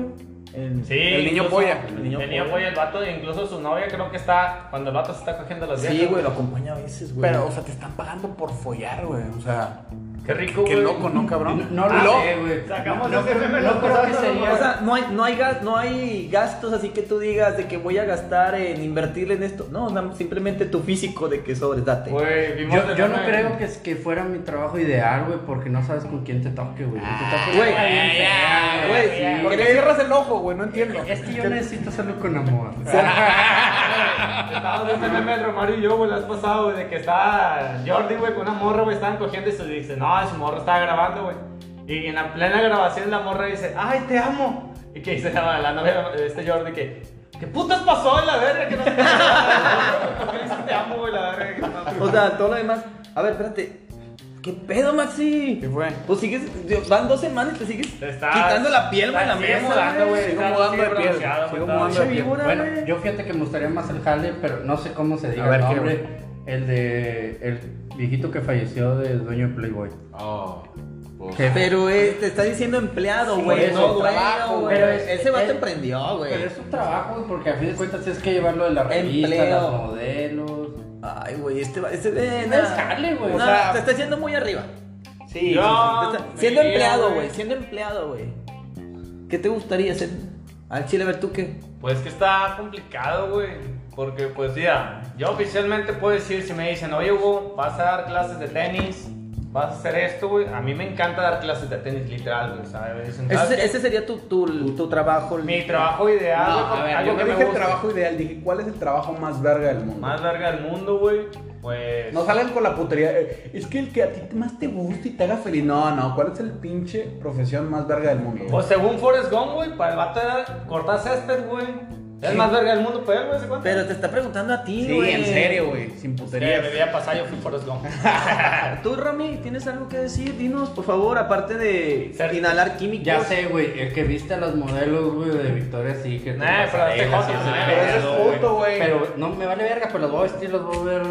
[SPEAKER 2] El-
[SPEAKER 5] Sí,
[SPEAKER 3] El niño
[SPEAKER 5] incluso-
[SPEAKER 3] polla.
[SPEAKER 5] El niño, polla, el vato, incluso su novia creo que está, cuando el vato se está cogiendo las
[SPEAKER 2] Sí,
[SPEAKER 5] viejas,
[SPEAKER 2] güey, lo acompaña a veces, güey.
[SPEAKER 3] Pero, o sea, te están pagando por follar, güey. O sea,
[SPEAKER 5] Qué rico, güey.
[SPEAKER 3] qué loco, ¿no, eh, cabrón?
[SPEAKER 4] No
[SPEAKER 3] Y
[SPEAKER 4] lo
[SPEAKER 3] luego-
[SPEAKER 4] sé, güey.
[SPEAKER 5] Sacamos
[SPEAKER 4] no,
[SPEAKER 5] ese
[SPEAKER 4] creo- no
[SPEAKER 5] meme, lo
[SPEAKER 4] creo que
[SPEAKER 5] pasamos,
[SPEAKER 4] sería.
[SPEAKER 2] O sea, no hay, no, hay gas- no hay gastos así que tú digas de que voy a gastar en invertirle en esto. No, nada más simplemente tu físico de que sobres, date.
[SPEAKER 5] Güey, vimos
[SPEAKER 4] Yo,
[SPEAKER 5] el
[SPEAKER 4] yo no
[SPEAKER 5] meme.
[SPEAKER 4] creo que, es- que fuera mi trabajo ideal, güey, porque no sabes con quién te toque, güey. Te toque
[SPEAKER 2] güey,
[SPEAKER 4] con alguien feo,
[SPEAKER 5] ya,
[SPEAKER 4] güey,
[SPEAKER 5] Ah, güey,
[SPEAKER 4] sí.
[SPEAKER 5] ya.
[SPEAKER 3] ¿Por qué cierras el ojo, güey? No entiendo.
[SPEAKER 4] Es que yo necesito hacerlo con amor.
[SPEAKER 5] Estaba viendo el meme del Romario y yo, güey, la has pasado, güey, de que está Jordi, güey, con una morra, güey, estaban cogiendo y se dice, no, su morra estaba grabando, güey. Y en la plena grabación la morra dice, ay, te amo. Y que dice la, la novia de este Jordi que, ¿qué putas pasó en la verga? Que no te ¿Por qué dices te amo, güey, la verga? Que no-
[SPEAKER 2] O sea, todo lo demás. A ver, espérate. ¿Qué pedo, Maxi?
[SPEAKER 3] ¿Qué fue?
[SPEAKER 2] Pues sigues, Dios, van dos semanas y te sigues
[SPEAKER 5] Te estás-
[SPEAKER 2] quitando la piel, güey, la
[SPEAKER 5] te sigues
[SPEAKER 2] mesa,
[SPEAKER 5] mudando, güey,
[SPEAKER 2] güey.
[SPEAKER 3] Sigo
[SPEAKER 5] estás
[SPEAKER 3] mudando de
[SPEAKER 5] así
[SPEAKER 3] piel.
[SPEAKER 5] bronceado,
[SPEAKER 3] Sigo
[SPEAKER 5] güey, todo.
[SPEAKER 3] mudando de piel.
[SPEAKER 2] Víbora,
[SPEAKER 4] Bueno,
[SPEAKER 2] güey.
[SPEAKER 4] yo fíjate que me gustaría más el jale, pero no sé cómo se diga
[SPEAKER 3] A ver,
[SPEAKER 4] el
[SPEAKER 3] ¿qué,
[SPEAKER 4] nombre. El de. El viejito que falleció del dueño de Playboy.
[SPEAKER 7] Oh. pues,
[SPEAKER 2] Pero eh, te está diciendo empleado, güey.
[SPEAKER 4] eso,
[SPEAKER 2] no, güey,
[SPEAKER 4] trabajo,
[SPEAKER 2] güey.
[SPEAKER 4] pero es-
[SPEAKER 2] Ese vato
[SPEAKER 4] es-
[SPEAKER 2] emprendió, güey.
[SPEAKER 4] Pero es un trabajo, güey, porque a fin de cuentas es que llevarlo de la revista,
[SPEAKER 2] Empleo.
[SPEAKER 4] los modelos.
[SPEAKER 2] Ay, güey, este va. Este, eh,
[SPEAKER 4] No
[SPEAKER 2] nah.
[SPEAKER 4] es jale, güey.
[SPEAKER 2] Nah,
[SPEAKER 4] O sea-
[SPEAKER 2] te está yendo muy arriba.
[SPEAKER 3] Sí.
[SPEAKER 5] Yo
[SPEAKER 2] Te está- pues, siendo
[SPEAKER 5] me iría,
[SPEAKER 2] empleado, güey. Siendo empleado, güey. ¿Qué te gustaría ser? Al chile, a ver tú qué.
[SPEAKER 5] Pues que está complicado, güey. Porque, pues, ya, yo oficialmente puedo decir, si me dicen, oye, Hugo, vas a dar clases de tenis, vas a hacer esto, güey. A mí me encanta dar clases de tenis, literal, güey, ¿sabes? Me dicen, "¿Sabes
[SPEAKER 2] Ese,
[SPEAKER 5] qué?
[SPEAKER 2] ese sería tu, tu, tu trabajo.
[SPEAKER 5] Mi trabajo ideal,
[SPEAKER 6] No,
[SPEAKER 5] güey,
[SPEAKER 6] a ver,
[SPEAKER 5] algo
[SPEAKER 3] Yo
[SPEAKER 5] que
[SPEAKER 3] no
[SPEAKER 5] me
[SPEAKER 3] dije el
[SPEAKER 5] guste.
[SPEAKER 3] trabajo ideal, dije cuál es el trabajo más verga del mundo.
[SPEAKER 5] Más larga del mundo, güey. Pues...
[SPEAKER 3] No salgan con la putería. eh, Es que el que a ti más te gusta y te haga feliz. No, no. ¿Cuál es el pinche profesión más verga del mundo?
[SPEAKER 5] Pues según Forrest Gump, güey, para el vato era cortar césped, güey. Es más verga del mundo, pero, güey, ¿se cuenta?
[SPEAKER 2] Pero te está preguntando a ti, güey.
[SPEAKER 3] güey. Sin
[SPEAKER 5] Sí, me debía pasar, yo fui Forrest Gump.
[SPEAKER 2] Tú, Rami, ¿tienes algo que decir? Dinos, por favor, aparte de
[SPEAKER 5] Ser-
[SPEAKER 2] inhalar químicos.
[SPEAKER 4] Ya sé, güey, el que viste a los modelos, güey, de Victoria sí que
[SPEAKER 5] Nah, pero este joto, nah,
[SPEAKER 3] Pero ese es puto, güey.
[SPEAKER 4] Pero no me vale verga, pero los voy a vestir, los voy a ver.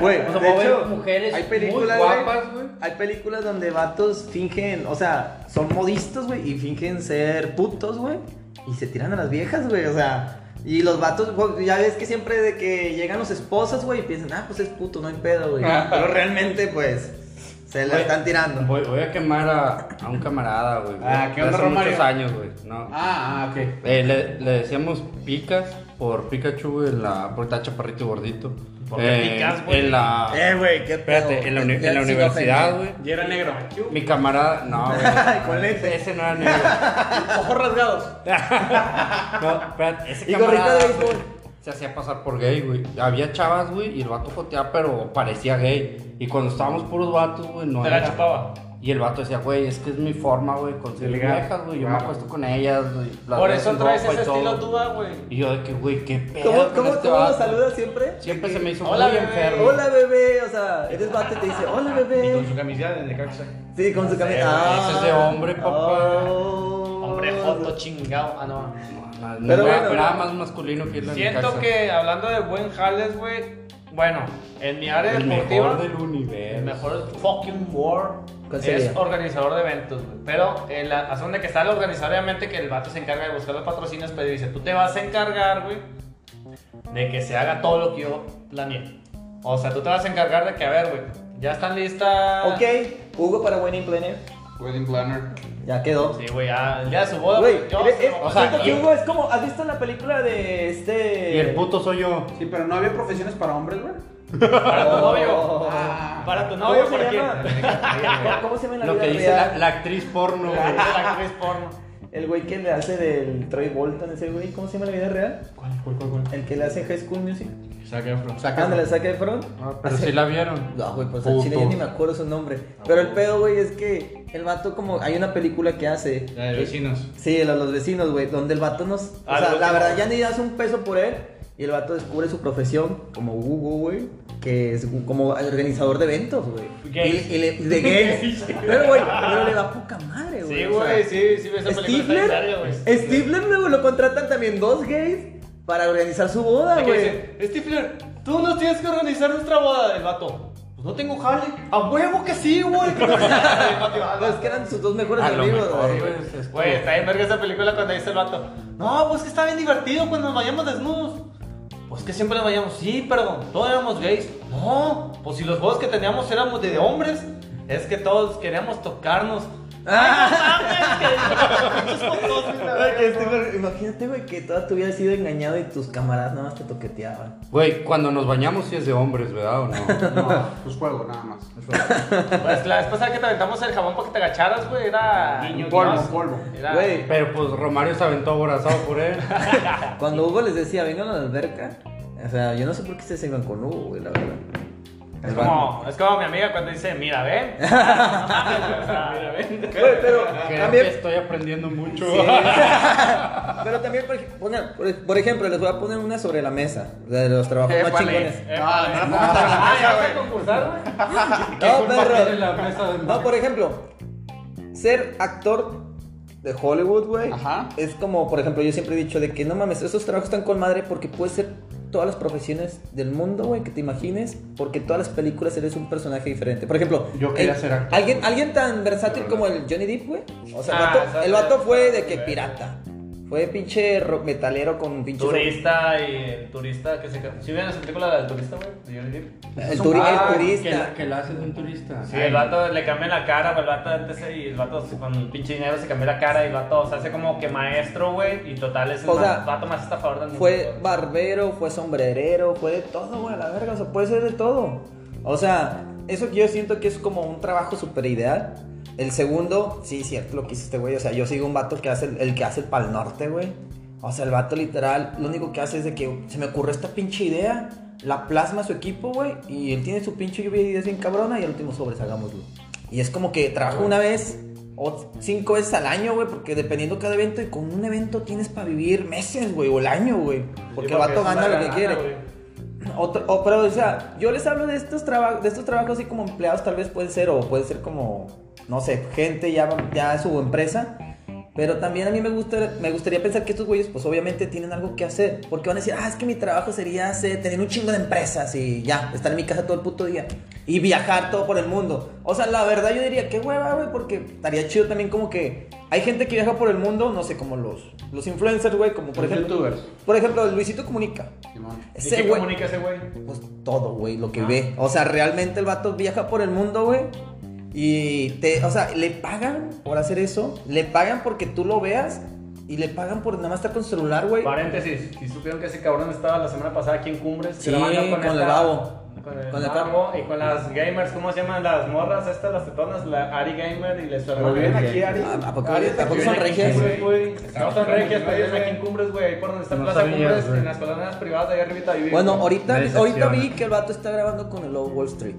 [SPEAKER 2] Güey,
[SPEAKER 4] o sea, voy
[SPEAKER 2] de
[SPEAKER 4] a
[SPEAKER 2] hecho,
[SPEAKER 4] ver Pues, mujeres
[SPEAKER 2] hay
[SPEAKER 4] muy
[SPEAKER 2] películas, güey,
[SPEAKER 4] guapas, güey.
[SPEAKER 2] Hay películas donde vatos fingen, o sea, son modistas, güey, y fingen ser putos, güey, y se tiran a las viejas, güey, o sea, y los vatos, güey, ya ves que siempre de que llegan los esposas, güey, y piensan, ah, pues es puto, no hay pedo, güey. Pero realmente, pues, se la
[SPEAKER 4] Ah. Güey,
[SPEAKER 2] están tirando.
[SPEAKER 4] Voy, voy a quemar a, a un camarada, güey.
[SPEAKER 3] Ah,
[SPEAKER 4] de-
[SPEAKER 3] ¿qué
[SPEAKER 4] de
[SPEAKER 3] onda,
[SPEAKER 4] hace
[SPEAKER 3] Romario?
[SPEAKER 4] muchos años, güey. No.
[SPEAKER 3] Ah, ah, ok.
[SPEAKER 4] Eh, le, le decíamos picas por Pikachu, güey, en la, por está chaparrito y gordito. Eh,
[SPEAKER 5] Porque Picas, güey.
[SPEAKER 4] En la.
[SPEAKER 2] Eh, güey, qué pedo.
[SPEAKER 4] Espérate, en la, uni- en la
[SPEAKER 2] Ya sí lo
[SPEAKER 4] universidad,
[SPEAKER 2] ofendí.
[SPEAKER 4] güey.
[SPEAKER 3] Y era negro.
[SPEAKER 4] Mi camarada, no, güey.
[SPEAKER 2] Con
[SPEAKER 4] ese, ese no era negro.
[SPEAKER 3] Ojos rasgados.
[SPEAKER 4] No, espérate, ese
[SPEAKER 2] Y gorrita
[SPEAKER 4] camarada,
[SPEAKER 2] de béisbol.
[SPEAKER 4] güey, se hacía pasar por gay, güey. Había chavas, güey, y el vato joteaba, pero parecía gay. Y cuando estábamos puros vatos, güey, no
[SPEAKER 5] Te la
[SPEAKER 4] era.
[SPEAKER 5] chupaba.
[SPEAKER 4] Y Y el vato decía, güey, es que es mi forma, güey, conseguir
[SPEAKER 3] Delgado,
[SPEAKER 4] viejas, güey. Yo me
[SPEAKER 3] claro.
[SPEAKER 4] acuesto con ellas, güey. las
[SPEAKER 5] Por
[SPEAKER 4] veo
[SPEAKER 5] eso
[SPEAKER 4] sin
[SPEAKER 5] traes
[SPEAKER 4] ropa y
[SPEAKER 5] ese
[SPEAKER 4] todo".
[SPEAKER 5] estilo tú, ah, güey.
[SPEAKER 4] Y yo de que, güey, qué pedo.
[SPEAKER 2] ¿Cómo,
[SPEAKER 4] con
[SPEAKER 2] cómo,
[SPEAKER 4] este
[SPEAKER 2] cómo lo
[SPEAKER 4] vato?
[SPEAKER 2] saludas siempre?
[SPEAKER 4] Siempre se me hizo
[SPEAKER 5] Hola,
[SPEAKER 4] muy
[SPEAKER 5] bebé.
[SPEAKER 4] enfermo.
[SPEAKER 2] Hola bebé, o sea, eres vato y te dice, hola
[SPEAKER 6] Y con
[SPEAKER 2] bebé.
[SPEAKER 6] su camiseta de Necaxa.
[SPEAKER 2] Sí, con su Ah. Oh.
[SPEAKER 4] güey,
[SPEAKER 2] camisa.
[SPEAKER 4] ese es de hombre, papá. Ah.
[SPEAKER 5] Hombre joto chingado. Ah, no.
[SPEAKER 4] Más-
[SPEAKER 2] Pero
[SPEAKER 4] más-
[SPEAKER 2] bueno.
[SPEAKER 4] era más masculino que el de
[SPEAKER 5] Siento
[SPEAKER 4] Necaxa.
[SPEAKER 5] que hablando de buen jales, güey. Bueno, en mi área
[SPEAKER 4] el
[SPEAKER 5] deportiva.
[SPEAKER 4] mejor del universo.
[SPEAKER 5] El mejor fucking world
[SPEAKER 2] ¿Cuál sería?
[SPEAKER 5] es organizador de eventos, güey. Pero el asunto de que está el organizador, obviamente que el vato se encarga de buscar los patrocinios, pero dice, tú te vas a encargar, güey, de que se haga todo lo que yo planeé. O sea, tú te vas a encargar de que, a ver, güey, ya están listas.
[SPEAKER 2] Ok, Hugo para Winning Planner.
[SPEAKER 7] Wedding planner.
[SPEAKER 2] Ya quedó.
[SPEAKER 5] Sí, güey, ya el día de su boda,
[SPEAKER 2] Güey,
[SPEAKER 5] güey, yo
[SPEAKER 2] eres-
[SPEAKER 5] se
[SPEAKER 2] eh,
[SPEAKER 5] lo-
[SPEAKER 2] o
[SPEAKER 5] o sea,
[SPEAKER 2] sea, que
[SPEAKER 5] y-
[SPEAKER 2] Hugo es como, ¿has visto la película de este?
[SPEAKER 4] Y el puto soy yo.
[SPEAKER 3] Sí, pero no había profesiones para hombres, güey.
[SPEAKER 5] para tu novio. Ah,
[SPEAKER 2] Oh.
[SPEAKER 5] Para tu novio,
[SPEAKER 2] ¿Cómo
[SPEAKER 5] ¿por
[SPEAKER 2] se
[SPEAKER 5] quién?
[SPEAKER 2] llama? ¿Cómo- ¿Cómo se llama en la
[SPEAKER 4] Lo
[SPEAKER 2] vida
[SPEAKER 4] que dice
[SPEAKER 2] real?
[SPEAKER 4] la, la actriz porno, güey.
[SPEAKER 5] La actriz porno.
[SPEAKER 2] El güey que le hace del Troy Bolton, ese güey, ¿cómo se llama en la vida real? ¿Cuál, cuál, cuál? El que le hace High School Music.
[SPEAKER 7] Saca Efron.
[SPEAKER 2] Ándale, saca de front.
[SPEAKER 4] Ah, Pero sí la vieron.
[SPEAKER 2] No, güey, pues al
[SPEAKER 4] Puto.
[SPEAKER 2] chile ya ni me acuerdo su nombre. Pero el pedo, güey, es que el vato como... Hay una película que hace...
[SPEAKER 7] La
[SPEAKER 4] Ah,
[SPEAKER 7] de vecinos.
[SPEAKER 2] Sí, los, los vecinos, güey, donde el vato nos... O
[SPEAKER 5] Ah,
[SPEAKER 2] sea,
[SPEAKER 5] lo
[SPEAKER 2] la
[SPEAKER 5] último.
[SPEAKER 2] verdad, ya ni das un peso por él. Y el vato descubre su profesión como Hugo, güey, que es gu- como organizador de eventos, güey.
[SPEAKER 5] Gays.
[SPEAKER 2] Y- y le- de gays. pero, güey, pero le da poca madre, güey.
[SPEAKER 5] Sí,
[SPEAKER 2] o sea,
[SPEAKER 5] güey, sí, sí, esa película está en
[SPEAKER 2] Stifler,
[SPEAKER 5] verga, güey.
[SPEAKER 2] Stifler luego lo contratan también dos gays para organizar su boda,
[SPEAKER 5] De que
[SPEAKER 2] güey.
[SPEAKER 5] dice, Stifler, tú nos tienes que organizar nuestra boda, el vato. Pues no tengo jale. A huevo que sí, güey.
[SPEAKER 2] Pues que eran sus dos mejores
[SPEAKER 4] A lo
[SPEAKER 2] amigos,
[SPEAKER 4] mejor,
[SPEAKER 2] güey.
[SPEAKER 4] güey. es- es-
[SPEAKER 5] Güey, está bien verga esa película cuando dice el vato. No, pues que está bien divertido cuando nos vayamos desnudos. Pues que siempre nos vayamos, sí, pero todos éramos gays. No, pues si los juegos que teníamos éramos de, de hombres, es que todos queríamos tocarnos.
[SPEAKER 2] Ay, que Stifler, Imagínate, güey, que toda tu vida has sido engañado y tus camaradas nada más te toqueteaban.
[SPEAKER 4] Güey, cuando nos bañamos sí es de hombres, ¿verdad? ¿O no?
[SPEAKER 3] No, pues juego, nada más. Es juego.
[SPEAKER 5] Pues la vez pasada que te aventamos el jabón para que te agacharas, güey, era.
[SPEAKER 6] Niño,
[SPEAKER 3] Polvo,
[SPEAKER 5] Dios.
[SPEAKER 3] polvo.
[SPEAKER 5] Era-
[SPEAKER 2] Güey,
[SPEAKER 4] Pero pues Romario se aventó aborazado por él.
[SPEAKER 2] Cuando Hugo les decía, vengan a la alberca, o sea, yo no sé por qué se iban con Hugo, güey, la verdad.
[SPEAKER 5] Es como, es como mi amiga cuando dice, mira, ven. mira, ven.
[SPEAKER 2] Güey, pero
[SPEAKER 4] Creo que
[SPEAKER 2] también...
[SPEAKER 4] estoy aprendiendo mucho.
[SPEAKER 2] Sí. pero también, por, ej- pongan- por- por ejemplo, les voy a poner una sobre la mesa, de los trabajos
[SPEAKER 5] Eh,
[SPEAKER 2] más
[SPEAKER 5] ¿cuál
[SPEAKER 2] chingones.
[SPEAKER 5] es?
[SPEAKER 6] No,
[SPEAKER 5] Eh,
[SPEAKER 6] no, no.
[SPEAKER 5] Ah, ¿ya vas a concursar, güey?
[SPEAKER 2] No, perro. No, por ejemplo, ser actor de Hollywood, güey,
[SPEAKER 3] Ajá.
[SPEAKER 2] es como, por ejemplo, yo siempre he dicho de que no mames, esos trabajos están con madre porque puedes ser todas las profesiones del mundo, güey, que te imagines, porque todas las películas eres un personaje diferente. Por ejemplo,
[SPEAKER 6] Yo quería
[SPEAKER 2] el-
[SPEAKER 6] ser actor,
[SPEAKER 2] Alguien,
[SPEAKER 6] güey.
[SPEAKER 2] alguien tan versátil como el Johnny Depp, güey. O sea, el
[SPEAKER 5] Ah,
[SPEAKER 2] vato-
[SPEAKER 5] esa
[SPEAKER 2] el
[SPEAKER 5] es-
[SPEAKER 2] vato fue de que pirata. Fue pinche rock metalero con pinche.
[SPEAKER 5] Turista y el turista que se. ca- ¿Sí vieron esa película la del turista, güey? De Johnny Depp.
[SPEAKER 4] Ah,
[SPEAKER 2] El, turi- el
[SPEAKER 4] Que la,
[SPEAKER 2] turista.
[SPEAKER 4] que la hace de un turista.
[SPEAKER 5] Sí, el vato le cambia la cara, güey, el vato antes y el vato se- con el pinche dinero se cambia la cara y el vato se hace como que maestro, güey, y total es el
[SPEAKER 2] O
[SPEAKER 5] más-
[SPEAKER 2] sea,
[SPEAKER 5] vato más estafador del mundo.
[SPEAKER 2] Fue
[SPEAKER 5] güey.
[SPEAKER 2] barbero, fue sombrerero, fue de todo, güey, a la verga. O sea, puede ser de todo. O sea, eso que yo siento que es como un trabajo súper ideal. El segundo, sí, cierto lo que hiciste, güey. O sea, yo sigo un vato que hace el, el que hace el pal norte, güey. O sea, el vato literal, lo único que hace es de que se me ocurrió esta pinche idea, la plasma a su equipo, güey, y él tiene su pinche lluvia de ideas bien cabrona y al último sobres, hagámoslo. Y es como que trabaja una vez o cinco veces al año, güey, porque dependiendo cada evento, y con un evento tienes para vivir meses, güey, o el año, güey. Porque el vato
[SPEAKER 5] es una
[SPEAKER 2] gana lo que
[SPEAKER 5] lana,
[SPEAKER 2] quiere.
[SPEAKER 5] güey.
[SPEAKER 2] Otro, o- pero, o sea, yo les hablo de estos, trabajos de estos trabajos así como empleados, tal vez pueden ser, o puede ser como, no sé, gente ya, ya de su empresa. Pero también a mí me, gusta, me gustaría pensar que estos güeyes, pues obviamente tienen algo que hacer. Porque van a decir, ah, es que mi trabajo sería hacer- tener un chingo de empresas y ya, estar en mi casa todo el puto día. Y viajar todo por el mundo. O sea, la verdad yo diría, qué hueva, güey, porque estaría chido también como que hay gente que viaja por el mundo, no sé, como los, los influencers, güey, como por
[SPEAKER 3] Los
[SPEAKER 2] ejemplo.
[SPEAKER 3] youtubers.
[SPEAKER 2] Por ejemplo, Luisito Comunica.
[SPEAKER 3] Simón.
[SPEAKER 5] ¿Y
[SPEAKER 2] Ese
[SPEAKER 5] qué
[SPEAKER 2] güey.
[SPEAKER 5] comunica Ah. ese güey?
[SPEAKER 2] Pues todo, güey, lo que ve. O sea, realmente el vato viaja por el mundo, güey. Y te, o sea, le pagan por hacer eso. Le pagan porque tú lo veas. Y le pagan por nada más estar con su celular, güey.
[SPEAKER 5] Paréntesis, si supieron que ese cabrón estaba la semana pasada aquí en Cumbres,
[SPEAKER 2] Sí,
[SPEAKER 5] grabando
[SPEAKER 2] con el
[SPEAKER 5] esta-
[SPEAKER 2] babo.
[SPEAKER 5] Con el,
[SPEAKER 2] Con el
[SPEAKER 5] babo y con las gamers, ¿cómo se llaman las morras estas, las tetonas? La Ari Gamer y la su
[SPEAKER 3] Pero bien
[SPEAKER 5] hermana.
[SPEAKER 3] aquí, Ari.
[SPEAKER 2] ¿A, a poco,
[SPEAKER 3] Ari,
[SPEAKER 2] ¿a poco son
[SPEAKER 5] Viven aquí en
[SPEAKER 2] regias?
[SPEAKER 5] Cumbres, güey. No son regias, pero viven aquí en Cumbres, güey, ahí por donde está
[SPEAKER 4] No
[SPEAKER 5] Plaza
[SPEAKER 4] sabía,
[SPEAKER 5] Cumbres,
[SPEAKER 4] güey.
[SPEAKER 5] en las colonias privadas de ahí arribita. ahí viven.
[SPEAKER 2] Bueno,
[SPEAKER 4] Me
[SPEAKER 2] ahorita, ahorita vi
[SPEAKER 4] decepciona.
[SPEAKER 2] que el vato está grabando con el Low Wall Street.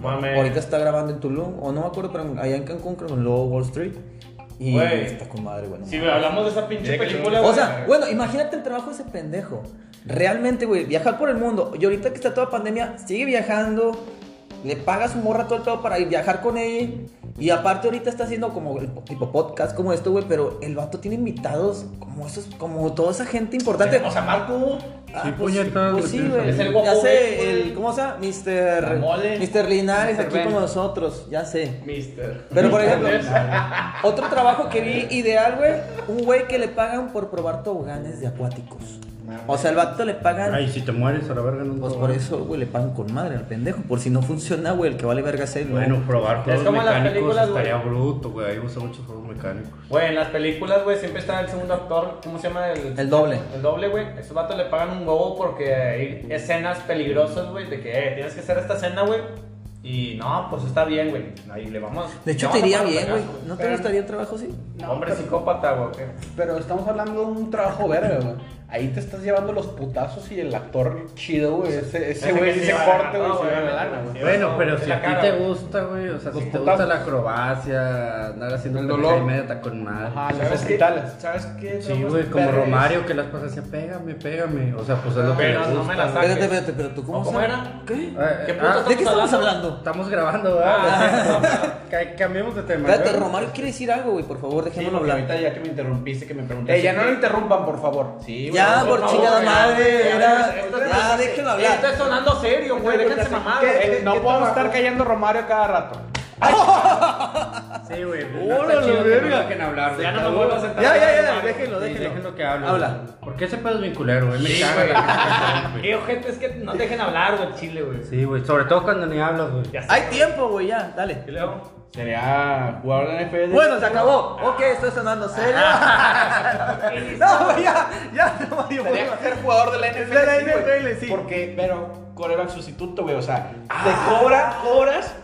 [SPEAKER 5] Mames.
[SPEAKER 2] Ahorita está grabando en Tulum, o no me acuerdo, pero en- allá en Cancún, creo, en luego Wall Street. Y
[SPEAKER 5] Güey.
[SPEAKER 2] está con madre, güey. no
[SPEAKER 5] Si
[SPEAKER 2] mames.
[SPEAKER 5] hablamos de esa pinche película,
[SPEAKER 2] O
[SPEAKER 5] güey.
[SPEAKER 2] sea, bueno, imagínate el trabajo de ese pendejo. Realmente, güey, viajar por el mundo. Y ahorita que está toda pandemia, sigue viajando. Le paga a su morra todo el pedo para ir viajar con ella. Y aparte ahorita está haciendo como el po- tipo podcast como esto, güey. Pero el vato tiene invitados como esos, como toda esa gente importante.
[SPEAKER 5] O sea, Marco.
[SPEAKER 4] Sí, puñetas,
[SPEAKER 2] Pues
[SPEAKER 4] güey,
[SPEAKER 2] sí,
[SPEAKER 4] tienes
[SPEAKER 2] güey.
[SPEAKER 4] razón.
[SPEAKER 5] Es el guapo
[SPEAKER 2] Ya
[SPEAKER 5] Beck,
[SPEAKER 2] sé,
[SPEAKER 5] güey.
[SPEAKER 2] el, ¿cómo se llama? Mister,
[SPEAKER 5] Mole.
[SPEAKER 2] Mister Linares
[SPEAKER 5] Mr.
[SPEAKER 2] aquí
[SPEAKER 5] Ben.
[SPEAKER 2] con nosotros, ya sé.
[SPEAKER 5] Mister.
[SPEAKER 2] Pero por ejemplo, otro trabajo que vi ideal, güey, un güey que le pagan por probar toboganes de acuáticos. O sea, al vato le pagan.
[SPEAKER 4] Ay, si te mueres a la verga, no
[SPEAKER 2] pues por eso, güey, le pagan con madre al pendejo. Por si no funciona, güey, el que vale verga es él, ¿no?
[SPEAKER 4] Bueno, probar juegos
[SPEAKER 5] como en las
[SPEAKER 4] mecánicos
[SPEAKER 5] películas, güey.
[SPEAKER 4] estaría bruto, güey. Ahí usa muchos juegos mecánicos.
[SPEAKER 5] Güey, en las películas, güey, siempre está el segundo actor. ¿Cómo se llama? El,
[SPEAKER 2] El doble.
[SPEAKER 5] el doble, güey. A Esos vatos le pagan un huevo porque hay escenas peligrosas, güey. De que, eh, tienes que hacer esta escena, güey. Y no, pues está bien, güey. Ahí le vamos.
[SPEAKER 2] De hecho,
[SPEAKER 5] le
[SPEAKER 2] te
[SPEAKER 5] vamos
[SPEAKER 2] iría
[SPEAKER 5] a
[SPEAKER 2] bien,
[SPEAKER 5] pagar,
[SPEAKER 2] güey. ¿No te
[SPEAKER 3] Pero-
[SPEAKER 2] gustaría el trabajo así?
[SPEAKER 3] No,
[SPEAKER 5] Hombre
[SPEAKER 3] pero-
[SPEAKER 5] psicópata, güey. ¿qué?
[SPEAKER 3] Pero estamos hablando de un trabajo verga, güey. Ahí te estás llevando los putazos y el actor chido, güey. Ese, ese
[SPEAKER 5] Ese
[SPEAKER 3] güey
[SPEAKER 5] que
[SPEAKER 3] sí
[SPEAKER 5] se
[SPEAKER 3] se
[SPEAKER 5] lleva
[SPEAKER 3] corte,
[SPEAKER 5] la-
[SPEAKER 3] güey.
[SPEAKER 5] no,
[SPEAKER 3] se
[SPEAKER 5] güey,
[SPEAKER 3] lleva
[SPEAKER 5] la
[SPEAKER 3] la
[SPEAKER 5] lana,
[SPEAKER 3] lana,
[SPEAKER 5] güey.
[SPEAKER 3] güey.
[SPEAKER 4] Bueno,
[SPEAKER 5] no,
[SPEAKER 4] pero
[SPEAKER 5] es
[SPEAKER 4] si
[SPEAKER 5] la
[SPEAKER 4] a ti
[SPEAKER 5] cara,
[SPEAKER 4] te
[SPEAKER 5] güey.
[SPEAKER 4] gusta, güey, o sea,
[SPEAKER 3] Los
[SPEAKER 4] si te
[SPEAKER 3] putazos.
[SPEAKER 4] gusta la acrobacia, andar haciendo
[SPEAKER 3] El
[SPEAKER 4] pelea y
[SPEAKER 3] dolor.
[SPEAKER 4] media, está con madre.
[SPEAKER 3] Ajá, los
[SPEAKER 5] ¿Sabes qué?
[SPEAKER 3] hospitales.
[SPEAKER 5] ¿Sabes qué?
[SPEAKER 4] Sí,
[SPEAKER 5] Vamos
[SPEAKER 4] güey,
[SPEAKER 5] a
[SPEAKER 4] como
[SPEAKER 5] ver,
[SPEAKER 4] Romario que las pasa así, pégame, pégame. O sea, pues es lo que le
[SPEAKER 5] Pero no me la
[SPEAKER 4] gusta.
[SPEAKER 5] saques.
[SPEAKER 2] Espérate, espérate, pero tú cómo
[SPEAKER 5] ¿Cómo
[SPEAKER 2] sabes?
[SPEAKER 5] era?
[SPEAKER 2] ¿Qué?
[SPEAKER 4] Eh,
[SPEAKER 5] ¿Qué
[SPEAKER 4] eh,
[SPEAKER 5] puto
[SPEAKER 4] ah,
[SPEAKER 2] ¿De qué estamos hablando?
[SPEAKER 4] Estamos grabando,
[SPEAKER 5] Ah,
[SPEAKER 4] ¿verdad?
[SPEAKER 2] Ah,
[SPEAKER 4] Ca- Cambiemos de tema.
[SPEAKER 2] Espérate,
[SPEAKER 4] ¿verdad?
[SPEAKER 2] Romario quiere decir algo, güey, por favor,
[SPEAKER 6] Sí,
[SPEAKER 2] dejémoslo
[SPEAKER 6] porque
[SPEAKER 2] hablar.
[SPEAKER 6] ahorita ya que me interrumpiste, que me preguntaste.
[SPEAKER 3] Eh, ya no lo interrumpan, por favor.
[SPEAKER 6] Sí, güey.
[SPEAKER 2] Ya, por,
[SPEAKER 5] por favor,
[SPEAKER 2] chingada
[SPEAKER 5] ya,
[SPEAKER 2] madre,
[SPEAKER 5] ya,
[SPEAKER 2] era-
[SPEAKER 5] ya,
[SPEAKER 2] ya,
[SPEAKER 5] ya,
[SPEAKER 2] déjenlo
[SPEAKER 5] Esto
[SPEAKER 2] hablar.
[SPEAKER 5] está sonando serio, güey. Déjense mamar.
[SPEAKER 3] ¿Qué-
[SPEAKER 5] güey.
[SPEAKER 3] no
[SPEAKER 5] ¿Qué
[SPEAKER 3] podemos
[SPEAKER 5] trabajo?
[SPEAKER 3] estar callando a Romario cada rato.
[SPEAKER 5] Ah.
[SPEAKER 4] Sí, güey.
[SPEAKER 2] Hola, la verga.
[SPEAKER 4] Que no hablar, güey.
[SPEAKER 5] Ya no me vuelvo a sentar.
[SPEAKER 2] Ya, ya, ya,
[SPEAKER 5] Romario.
[SPEAKER 2] déjenlo,
[SPEAKER 4] Sí,
[SPEAKER 2] déjenlo.
[SPEAKER 4] déjenlo que hable.
[SPEAKER 2] Habla.
[SPEAKER 4] güey. Porque ese pedo es bien culero, güey. Me
[SPEAKER 5] Sí,
[SPEAKER 4] caga
[SPEAKER 5] güey.
[SPEAKER 4] la gente que se
[SPEAKER 5] Eh,
[SPEAKER 4] rompe.
[SPEAKER 5] ojete, es que no dejen hablar, güey, chile, güey.
[SPEAKER 4] Sí, güey. Sobre todo cuando ni hablas, güey.
[SPEAKER 5] Ya sé.
[SPEAKER 2] Hay tiempo, güey, ya, dale.
[SPEAKER 5] ¿Qué le hago?
[SPEAKER 6] Sería jugador de NFL.
[SPEAKER 2] Bueno, se acabó. Ok, estoy sonando serio. no, güey, ya, ya, no, Mario. por
[SPEAKER 6] Sería
[SPEAKER 2] favor.
[SPEAKER 6] ser jugador de la NFL.
[SPEAKER 2] De la
[SPEAKER 6] sí, güey.
[SPEAKER 2] NFL, sí.
[SPEAKER 6] Porque, pero, coreback sustituto, güey. O sea,
[SPEAKER 3] Ah,
[SPEAKER 6] te cobra, cobras.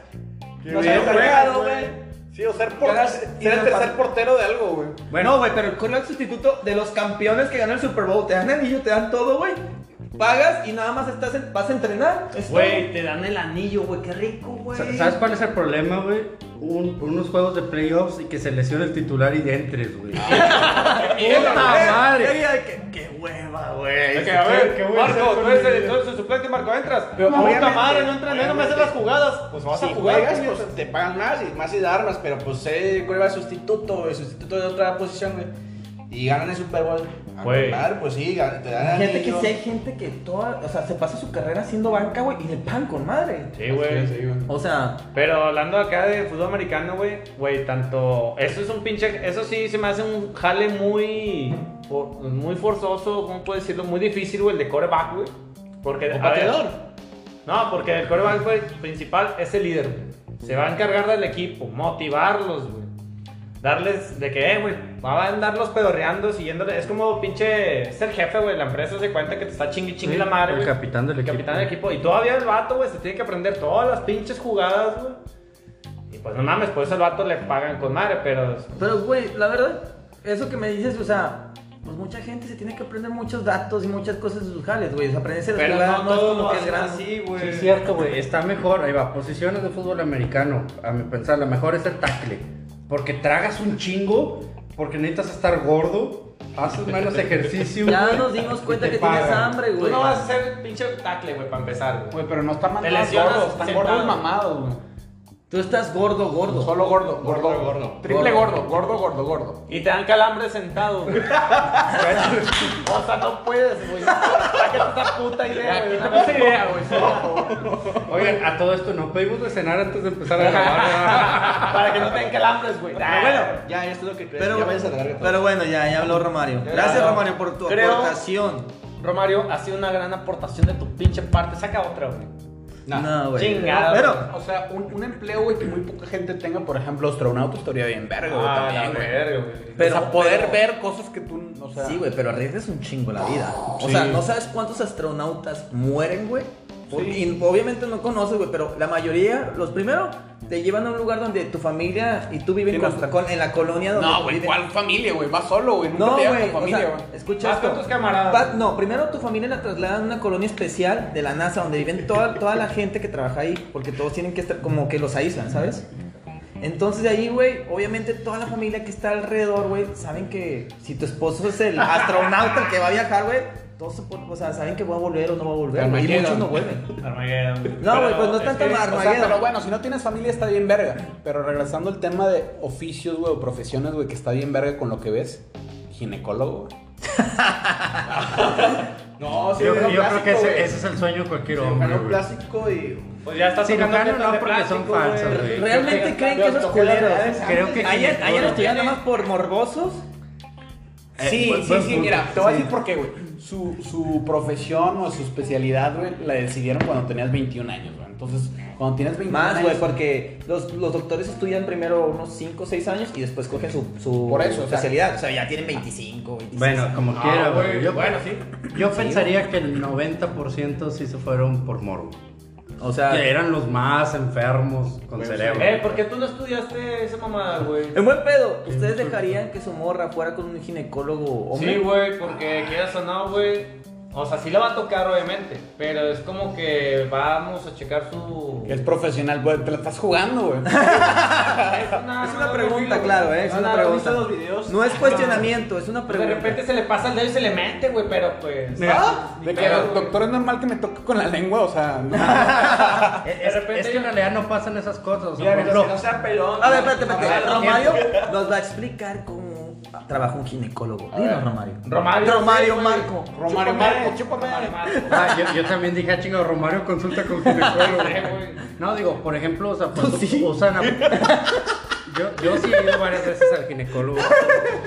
[SPEAKER 6] No
[SPEAKER 3] bien,
[SPEAKER 6] sabes
[SPEAKER 3] juegas,
[SPEAKER 6] jugado,
[SPEAKER 3] güey.
[SPEAKER 6] güey.
[SPEAKER 3] Sí, o ser,
[SPEAKER 6] por- ser el tercer
[SPEAKER 3] portero de algo, güey.
[SPEAKER 4] Bueno.
[SPEAKER 8] No, güey, pero el coreback sustituto de los campeones que ganan el Super Bowl, te dan anillo, te dan todo, güey. Pagas y nada más estás en- vas a entrenar. es
[SPEAKER 5] Güey, te dan el anillo, güey, qué rico, güey.
[SPEAKER 4] Sa- ¿Sabes cuál es el problema, güey? Un- unos juegos de playoffs y que se lesione el titular y de entres, güey. ¡Puta
[SPEAKER 8] todo.
[SPEAKER 4] madre!
[SPEAKER 8] Y hay que- Qué hueva, güey.
[SPEAKER 5] Ok, a ver, Marco, tú eres el entonces el suplente, Marco, entras. Pero puta madre, no entras, no me haces las jugadas. Pues vas
[SPEAKER 6] Si
[SPEAKER 5] a jugar.
[SPEAKER 6] juegas,
[SPEAKER 5] güey.
[SPEAKER 6] pues te pagan más y más y de armas, pero pues sé coreback sustituto, güey, sustituto de otra posición, güey. Y ganan el Super Bowl. Ah,
[SPEAKER 5] Güey.
[SPEAKER 6] Claro, pues sí, gan- te dan
[SPEAKER 8] Gente que
[SPEAKER 6] anillo.
[SPEAKER 8] sí hay gente que toda, o sea, se pasa su carrera haciendo banca, güey, y le pan con madre.
[SPEAKER 5] Sí, güey.
[SPEAKER 6] Sí, güey.
[SPEAKER 2] O sea,
[SPEAKER 5] Pero hablando acá de fútbol americano, güey, güey, tanto. Eso es un pinche. Eso sí se me hace un jale muy. for- muy forzoso, ¿cómo puedo decirlo? Muy difícil, güey, el de coreback, güey. Porque.
[SPEAKER 6] O
[SPEAKER 5] a
[SPEAKER 6] pateador.
[SPEAKER 5] ver, No, porque el coreback güey, principal es el líder, güey. Se va a encargar del equipo, motivarlos, güey. Darles de que, eh, güey, va a andarlos pedorreando, siguiéndole. Es como pinche ser jefe, güey. La empresa se cuenta que te está chingue chingue
[SPEAKER 4] Sí,
[SPEAKER 5] la madre,
[SPEAKER 4] el
[SPEAKER 5] güey.
[SPEAKER 4] capitán del
[SPEAKER 5] El
[SPEAKER 4] equipo.
[SPEAKER 5] capitán del equipo. Y todavía el vato, güey, se tiene que aprender todas las pinches jugadas, güey. Y pues no mames, por eso al vato le pagan con madre, pero.
[SPEAKER 8] Pero, güey, la verdad, eso que me dices, o sea, pues mucha gente se tiene que aprender muchos datos y muchas cosas de sus jales, güey. O sea, aprenderse las
[SPEAKER 5] Pero
[SPEAKER 8] jugadas
[SPEAKER 5] no
[SPEAKER 8] no, es
[SPEAKER 5] todo
[SPEAKER 8] como
[SPEAKER 5] lo
[SPEAKER 8] que es
[SPEAKER 5] hacen
[SPEAKER 8] grande.
[SPEAKER 5] así, güey.
[SPEAKER 4] Sí, es cierto, güey. Está mejor, ahí va. Posiciones de fútbol americano. A mi pensar, la mejor es el tackle. Porque tragas un chingo, porque necesitas estar gordo, haces menos ejercicio.
[SPEAKER 8] Ya
[SPEAKER 4] güey,
[SPEAKER 8] nos dimos
[SPEAKER 4] y
[SPEAKER 8] cuenta
[SPEAKER 4] te
[SPEAKER 8] que tienes
[SPEAKER 4] pagan.
[SPEAKER 8] hambre,
[SPEAKER 5] Tú
[SPEAKER 8] güey.
[SPEAKER 5] no vas a ser pinche tackle, güey, para empezar, güey.
[SPEAKER 3] Güey, pero no están mal
[SPEAKER 5] Te
[SPEAKER 3] gordos,
[SPEAKER 5] lesionas
[SPEAKER 3] están
[SPEAKER 5] sentado.
[SPEAKER 3] gordos mamados, güey.
[SPEAKER 8] Tú estás gordo, gordo.
[SPEAKER 3] Solo gordo,
[SPEAKER 6] Gordo,
[SPEAKER 3] gordo, gordo.
[SPEAKER 6] gordo.
[SPEAKER 3] Triple
[SPEAKER 8] Gordo.
[SPEAKER 3] gordo, gordo, gordo, gordo.
[SPEAKER 5] Y te dan calambre sentado, güey. o sea, no puedes, güey. Sácate esta puta idea, güey. Sácate esta idea, güey.
[SPEAKER 4] Oigan, a todo esto, no pedimos de cenar antes de empezar a grabar. Ah,
[SPEAKER 5] Para que no te den calambres, güey.
[SPEAKER 3] Ah.
[SPEAKER 8] Pero bueno,
[SPEAKER 6] Ya, ya esto es lo que crees.
[SPEAKER 8] pero,
[SPEAKER 6] ya vayas a la verga,
[SPEAKER 8] pero bueno, ya, ya habló Romario. Gracias,
[SPEAKER 5] habló.
[SPEAKER 8] Romario, por tu
[SPEAKER 5] Creo-
[SPEAKER 8] aportación.
[SPEAKER 5] Romario, ha sido una gran aportación de tu pinche parte. Saca otra, güey.
[SPEAKER 8] No, güey.
[SPEAKER 5] Chingada,
[SPEAKER 8] Pero,
[SPEAKER 3] O sea, un, un empleo, güey, que muy poca gente tenga, por ejemplo, astronauta, estaría bien verga,
[SPEAKER 5] Ah,
[SPEAKER 3] güey, también, güey.
[SPEAKER 2] Pero-
[SPEAKER 3] o sea, poder
[SPEAKER 2] pero-
[SPEAKER 3] ver cosas que tú, o sea...
[SPEAKER 2] sí, güey, pero arriesgas un chingo la vida. O sea, no sabes cuántos astronautas mueren, güey, Porque- y obviamente no conoces, güey, pero la mayoría, los primeros, te llevan a un lugar donde tu familia y tú viven
[SPEAKER 3] Sí,
[SPEAKER 2] con-
[SPEAKER 3] no.
[SPEAKER 2] con- en la colonia donde
[SPEAKER 3] No, güey,
[SPEAKER 2] viven.
[SPEAKER 3] ¿cuál familia, güey? Vas solo, güey. Nunca
[SPEAKER 2] No,
[SPEAKER 3] te llevas
[SPEAKER 2] güey,
[SPEAKER 3] con
[SPEAKER 2] o
[SPEAKER 3] familia,
[SPEAKER 2] sea,
[SPEAKER 3] güey.
[SPEAKER 2] escucha
[SPEAKER 5] Vas con
[SPEAKER 2] esto.
[SPEAKER 5] tus camaradas.
[SPEAKER 2] Va- no, primero tu familia la trasladan a una colonia especial de la NASA donde viven toda, toda la gente que trabaja ahí, porque todos tienen que estar como que los aíslan, ¿sabes? Entonces de ahí, güey, obviamente toda la familia que está alrededor, güey, saben que si tu esposo es el astronauta el que va a viajar, güey, todos, se pon- o sea, saben que va a volver o no va a volver, güey, y
[SPEAKER 6] Armageddon.
[SPEAKER 2] muchos no vuelven.
[SPEAKER 5] Armageddon.
[SPEAKER 2] No, güey,
[SPEAKER 5] Pero
[SPEAKER 2] pues no
[SPEAKER 5] es
[SPEAKER 2] tanto
[SPEAKER 5] que-
[SPEAKER 2] mar-
[SPEAKER 3] O sea, pero bueno, si no tienes familia está bien verga. Pero regresando al tema de oficios, güey, o profesiones, güey, que está bien verga con lo que ves. Ginecólogo, güey.
[SPEAKER 6] No,
[SPEAKER 4] Yo,
[SPEAKER 6] cirujano
[SPEAKER 4] yo creo
[SPEAKER 6] plástico,
[SPEAKER 4] que ese,
[SPEAKER 6] güey.
[SPEAKER 4] ese es el sueño de cualquier hombre,
[SPEAKER 6] Cirujano
[SPEAKER 4] güey.
[SPEAKER 6] plástico y.
[SPEAKER 5] Pues ya estás tocando
[SPEAKER 4] Cirujano
[SPEAKER 5] temas
[SPEAKER 4] no,
[SPEAKER 5] de
[SPEAKER 4] porque son
[SPEAKER 5] plástico, güey.
[SPEAKER 4] falsas, güey.
[SPEAKER 2] ¿Realmente creen que esos
[SPEAKER 5] toqué la
[SPEAKER 2] culeros?
[SPEAKER 5] realidad.
[SPEAKER 4] Creo que
[SPEAKER 2] Ayer, ayer
[SPEAKER 4] ginecólogo-
[SPEAKER 2] estuvieron nomás por morbosos.
[SPEAKER 3] Sí,
[SPEAKER 4] Eh, buen-
[SPEAKER 3] sí,
[SPEAKER 4] buen
[SPEAKER 3] sí,
[SPEAKER 4] punto.
[SPEAKER 3] mira, te voy a
[SPEAKER 4] Sí.
[SPEAKER 3] decir por qué, güey. Su, su profesión o su especialidad, güey, la decidieron cuando tenías 21 años, güey. Entonces, cuando tienes 21
[SPEAKER 2] Más,
[SPEAKER 3] años.
[SPEAKER 2] güey, porque los, los doctores estudian primero unos 5 o 6 años y después cogen su, su
[SPEAKER 3] Por eso, o sea,
[SPEAKER 2] especialidad. O sea, ya tienen 25, 26.
[SPEAKER 4] Bueno, como
[SPEAKER 5] No,
[SPEAKER 4] quiera,
[SPEAKER 5] Ah, güey,
[SPEAKER 4] güey. Yo,
[SPEAKER 5] bueno, sí.
[SPEAKER 4] yo pensaría que el 90% sí se fueron por morbo.
[SPEAKER 2] o sea,
[SPEAKER 4] Que eran los más enfermos con
[SPEAKER 7] Güey,
[SPEAKER 4] cerebro.
[SPEAKER 5] Eh, ¿por qué tú no estudiaste esa mamada, güey?
[SPEAKER 2] en buen pedo, ¿ustedes dejarían que su morra fuera con un ginecólogo hombre?
[SPEAKER 5] Sí, güey, porque quieras o no, güey. O sea, sí la va a tocar, obviamente. Pero es como que vamos a checar su.
[SPEAKER 3] Es profesional, güey, te la estás jugando, güey.
[SPEAKER 5] una,
[SPEAKER 2] Es una pregunta, claro, eh, es
[SPEAKER 5] No,
[SPEAKER 2] una
[SPEAKER 5] nada,
[SPEAKER 2] pregunta.
[SPEAKER 5] ¿viste los videos?
[SPEAKER 2] No es cuestionamiento, es una
[SPEAKER 5] Pues de
[SPEAKER 2] pregunta.
[SPEAKER 5] repente se le pasa el dedo y se le mete, güey, pero pues.
[SPEAKER 4] Mira,
[SPEAKER 3] De que
[SPEAKER 5] Pero,
[SPEAKER 3] los doctores normal que me toque con la lengua, o sea, no.
[SPEAKER 4] es,
[SPEAKER 5] de repente
[SPEAKER 4] es que
[SPEAKER 5] yo-
[SPEAKER 4] en realidad no pasan esas cosas. o sea,
[SPEAKER 6] Mira,
[SPEAKER 4] por
[SPEAKER 6] mientras que
[SPEAKER 4] ejemplo,
[SPEAKER 6] no sea pelón.
[SPEAKER 2] A ver, espérate, espérate.
[SPEAKER 6] A ver,
[SPEAKER 2] Romario nos va a explicar cómo trabaja un ginecólogo. Dinos, Romario.
[SPEAKER 5] Romario.
[SPEAKER 2] Romario
[SPEAKER 5] sí, güey.
[SPEAKER 2] Marco.
[SPEAKER 5] Chúpame,
[SPEAKER 3] Romario Marco, chúpame.
[SPEAKER 5] Romario Marco.
[SPEAKER 4] ah, yo, yo también dije, ah, chingado, Romario consulta con ginecólogo.
[SPEAKER 5] Sí, güey.
[SPEAKER 4] No, digo, por ejemplo, o sea, pues, usan a- Yo, yo sí he ido varias veces al ginecólogo.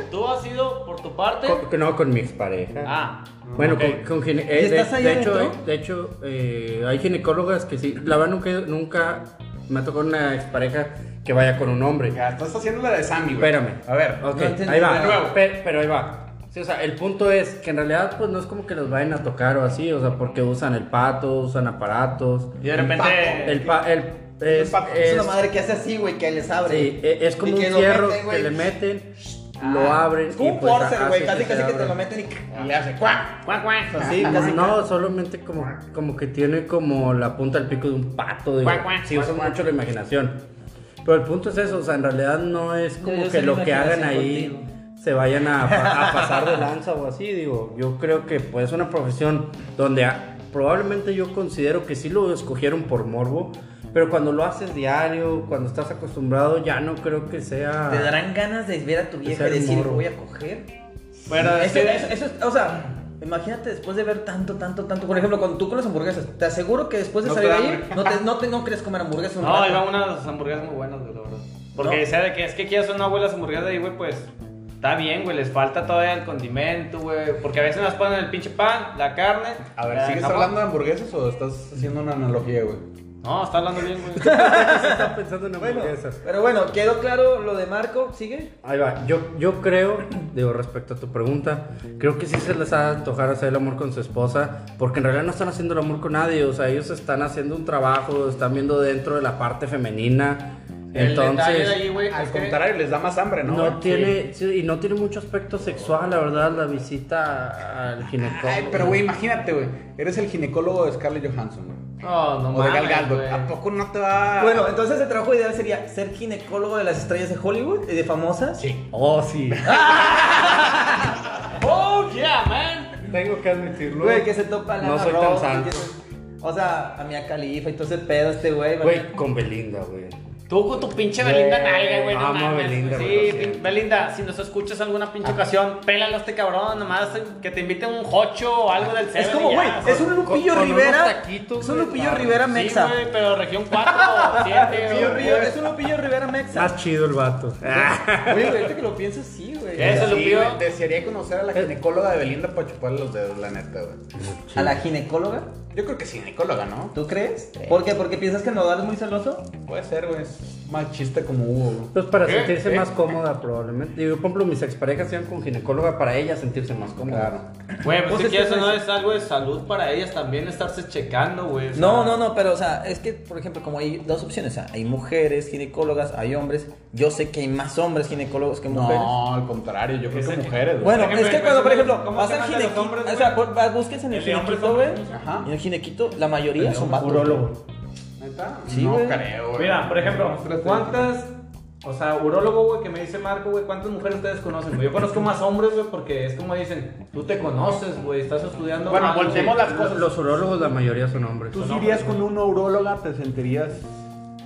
[SPEAKER 5] Tú has ido por tu parte.
[SPEAKER 4] Con- no, con mi expareja.
[SPEAKER 5] Ah.
[SPEAKER 4] Bueno,
[SPEAKER 5] ok.
[SPEAKER 4] con, con gine-
[SPEAKER 2] ¿Y
[SPEAKER 4] eh, de,
[SPEAKER 2] estás ahí
[SPEAKER 4] de hecho,
[SPEAKER 2] adentro?
[SPEAKER 4] eh, de hecho eh, hay ginecólogas que sí. La verdad, nunca, nunca me ha tocado una expareja que vaya con un hombre.
[SPEAKER 3] Ya, estás haciendo la de Sammy, güey.
[SPEAKER 4] Espérame.
[SPEAKER 3] A ver.
[SPEAKER 4] Ok,
[SPEAKER 2] No entendí.
[SPEAKER 4] ahí va.
[SPEAKER 2] De nuevo.
[SPEAKER 4] Pe- pero ahí va. Sí, o sea, el punto es que en realidad, pues no es como que los vayan a tocar o así, o sea, porque usan el pato, usan aparatos.
[SPEAKER 5] Y de repente.
[SPEAKER 4] El pa- el- es,
[SPEAKER 2] Es una
[SPEAKER 4] es-
[SPEAKER 2] madre que hace así, güey, que les abre.
[SPEAKER 4] sí, e- es
[SPEAKER 2] Y
[SPEAKER 4] como un
[SPEAKER 2] que lo
[SPEAKER 4] fierro
[SPEAKER 2] meten,
[SPEAKER 4] que
[SPEAKER 2] güey. Ah.
[SPEAKER 4] le meten, lo abren.
[SPEAKER 2] Es como
[SPEAKER 4] y,
[SPEAKER 2] un
[SPEAKER 4] pues,
[SPEAKER 2] porcel,
[SPEAKER 4] hace
[SPEAKER 2] güey. Casi,
[SPEAKER 4] se
[SPEAKER 2] casi que te
[SPEAKER 4] abra.
[SPEAKER 2] lo meten y.
[SPEAKER 3] Y le hace cuac.
[SPEAKER 5] Cuac, cuac.
[SPEAKER 2] Así,
[SPEAKER 4] No,
[SPEAKER 2] casi.
[SPEAKER 4] no, solamente como, como que tiene como la punta del pico de un pato. Digo,
[SPEAKER 5] Cuac, cuac,
[SPEAKER 4] sí, usan mucho la imaginación. Pero el punto es eso, o sea, en realidad no es
[SPEAKER 2] Yo-
[SPEAKER 4] como
[SPEAKER 2] yo
[SPEAKER 4] que
[SPEAKER 2] soy
[SPEAKER 4] lo que hagan
[SPEAKER 2] imaginación
[SPEAKER 4] ahí
[SPEAKER 2] contigo.
[SPEAKER 4] se vayan a, pa- a pasar de lanza o así, digo. Yo creo que pues es una profesión donde ah, probablemente yo considero que sí lo escogieron por morbo, pero cuando lo haces diario, cuando estás acostumbrado, ya no creo que sea...
[SPEAKER 2] Te darán ganas de ver a tu vieja y
[SPEAKER 4] ser
[SPEAKER 2] decir,
[SPEAKER 4] morro.
[SPEAKER 2] voy a coger.
[SPEAKER 5] Pero
[SPEAKER 2] Eso,
[SPEAKER 5] es que-
[SPEAKER 2] eso- eso es- o sea, imagínate después de ver tanto, tanto, tanto. Por ejemplo, cuando tú con las hamburguesas, te aseguro que después de
[SPEAKER 5] No te
[SPEAKER 2] salir de
[SPEAKER 5] da
[SPEAKER 2] ahí, no, te, no, te- no quieres comer hamburguesas. un
[SPEAKER 5] No,
[SPEAKER 2] rato.
[SPEAKER 5] ahí va unas hamburguesas muy buenas, güey, la verdad. Porque
[SPEAKER 2] No.
[SPEAKER 5] sea de que es que quieras o no, güey, las hamburguesas de ahí, güey, pues está bien, güey, les falta todavía el condimento, güey. Porque a veces nos ponen el pinche pan, la carne.
[SPEAKER 3] A
[SPEAKER 5] la
[SPEAKER 3] ver, ¿sigues
[SPEAKER 5] jamón.
[SPEAKER 3] hablando de hamburguesas o estás haciendo una analogía, güey?
[SPEAKER 5] No, está hablando bien, güey.
[SPEAKER 4] Estás pensando en
[SPEAKER 2] Bueno,
[SPEAKER 4] hamburguesas.
[SPEAKER 2] pero bueno, quedó claro lo de Marco. ¿Sigue?
[SPEAKER 4] Ahí va, yo, yo creo, digo, respecto a tu pregunta, creo que sí se les ha de antojar hacer el amor con su esposa, porque en realidad no están haciendo el amor con nadie, o sea, ellos están haciendo un trabajo, están viendo dentro de la parte femenina,
[SPEAKER 5] El detalle de
[SPEAKER 4] entonces...
[SPEAKER 5] ahí, güey,
[SPEAKER 3] Al
[SPEAKER 5] es que-
[SPEAKER 3] contrario, les da más hambre, ¿no?
[SPEAKER 4] No,
[SPEAKER 3] güey?
[SPEAKER 4] tiene, sí, y no tiene mucho aspecto sexual, la verdad, la visita al ginecólogo.
[SPEAKER 3] Ay, pero güey, imagínate, güey. Eres el ginecólogo de Scarlett Johansson, güey.
[SPEAKER 5] Oh, No, no
[SPEAKER 3] o de Gal
[SPEAKER 5] mames,
[SPEAKER 3] Gadot.
[SPEAKER 5] güey.
[SPEAKER 3] ¿A poco no te
[SPEAKER 5] Ah.
[SPEAKER 3] va...?
[SPEAKER 2] Bueno, entonces el trabajo ideal sería ser ginecólogo de las estrellas de Hollywood y de famosas. Sí.
[SPEAKER 4] Oh, sí.
[SPEAKER 5] Oh, yeah, man.
[SPEAKER 4] Tengo que admitirlo.
[SPEAKER 2] Güey, que se topa la
[SPEAKER 4] No soy tan santo.
[SPEAKER 2] O sea, a Mia Califa y todo ese pedo, este güey.
[SPEAKER 4] Güey, con Belinda, güey.
[SPEAKER 5] Tú con tu pinche Belinda
[SPEAKER 4] Güey,
[SPEAKER 5] nalga, güey. No
[SPEAKER 4] amo a
[SPEAKER 5] mames.
[SPEAKER 4] Belinda,
[SPEAKER 5] sí,
[SPEAKER 4] güey, lo
[SPEAKER 5] pin-
[SPEAKER 4] siento.
[SPEAKER 5] Belinda, si nos escuchas alguna pinche ocasión, pélalo a este cabrón, nomás que te invite un jocho o algo del
[SPEAKER 2] Es
[SPEAKER 5] Seven
[SPEAKER 2] como,
[SPEAKER 5] y
[SPEAKER 2] güey,
[SPEAKER 5] ya,
[SPEAKER 2] es un Lupillo
[SPEAKER 4] con unos
[SPEAKER 2] Rivera.
[SPEAKER 4] taquitos,
[SPEAKER 2] es un
[SPEAKER 4] güey,
[SPEAKER 2] Lupillo
[SPEAKER 4] claro.
[SPEAKER 2] Rivera
[SPEAKER 5] Sí,
[SPEAKER 2] Mexa.
[SPEAKER 5] güey, pero región 4 o 7.
[SPEAKER 2] Lupillo Rivera- es un Lupillo Rivera Mexa.
[SPEAKER 4] Más chido el vato.
[SPEAKER 2] Oye, güey, ahorita que lo pienso, sí, güey.
[SPEAKER 5] Eso,
[SPEAKER 3] Sí,
[SPEAKER 5] Lupillo.
[SPEAKER 3] güey, Desearía conocer a la ginecóloga de Belinda para chuparle los dedos, la neta, güey.
[SPEAKER 2] ¿A la ginecóloga?
[SPEAKER 3] Yo creo que es ginecóloga, ¿no?
[SPEAKER 2] ¿Tú crees? ¿Por qué? ¿Porque piensas que Nodal es muy celoso?
[SPEAKER 3] Puede ser, güey. machista como Hugo, güey.
[SPEAKER 4] Pues para
[SPEAKER 5] ¿Qué?
[SPEAKER 4] sentirse
[SPEAKER 5] ¿Eh?
[SPEAKER 4] más cómoda, probablemente. Digo, por ejemplo, mis exparejas iban con ginecóloga para ellas sentirse más cómoda.
[SPEAKER 5] Güey, pues,
[SPEAKER 2] Pues
[SPEAKER 5] es que
[SPEAKER 2] este
[SPEAKER 5] eso no
[SPEAKER 2] mes-
[SPEAKER 5] es algo de salud para ellas también estarse checando, güey. o sea.
[SPEAKER 2] No, no, no, pero o sea, es que, por ejemplo, como hay dos opciones, o sea, hay mujeres ginecólogas, hay hombres. Yo sé que hay más hombres ginecólogos que mujeres.
[SPEAKER 3] No, al contrario, yo creo
[SPEAKER 5] Ese-
[SPEAKER 3] que mujeres, güey.
[SPEAKER 2] Bueno,
[SPEAKER 5] Por ejemplo,
[SPEAKER 2] es que cuando, por ejemplo,
[SPEAKER 5] ¿cómo
[SPEAKER 2] vas
[SPEAKER 5] se
[SPEAKER 2] al
[SPEAKER 5] llaman de los
[SPEAKER 2] ginequito,
[SPEAKER 5] hombres,
[SPEAKER 2] o sea,
[SPEAKER 5] güey?
[SPEAKER 2] por- vas- busques en el
[SPEAKER 5] El de hombres
[SPEAKER 2] ginequito,
[SPEAKER 5] son
[SPEAKER 2] güey.
[SPEAKER 5] hombres.
[SPEAKER 3] Ajá.
[SPEAKER 2] En el ginequito, la mayoría son vatos.
[SPEAKER 4] Urólogo.
[SPEAKER 3] ¿Neta?
[SPEAKER 2] Sí,
[SPEAKER 3] no
[SPEAKER 2] güey.
[SPEAKER 3] creo, güey.
[SPEAKER 5] Mira, por ejemplo, ¿cuántas? O sea, urólogo, güey, que me dice Marco, güey, ¿cuántas mujeres ustedes conocen? güey? Yo conozco más hombres, güey, porque es como dicen, tú te conoces, güey, estás estudiando.
[SPEAKER 3] Bueno,
[SPEAKER 5] más, güey.
[SPEAKER 3] volteemos las
[SPEAKER 4] Los,
[SPEAKER 3] cosas.
[SPEAKER 4] los urólogos, la mayoría son hombres.
[SPEAKER 3] Tú si irías con una uróloga, te sentirías.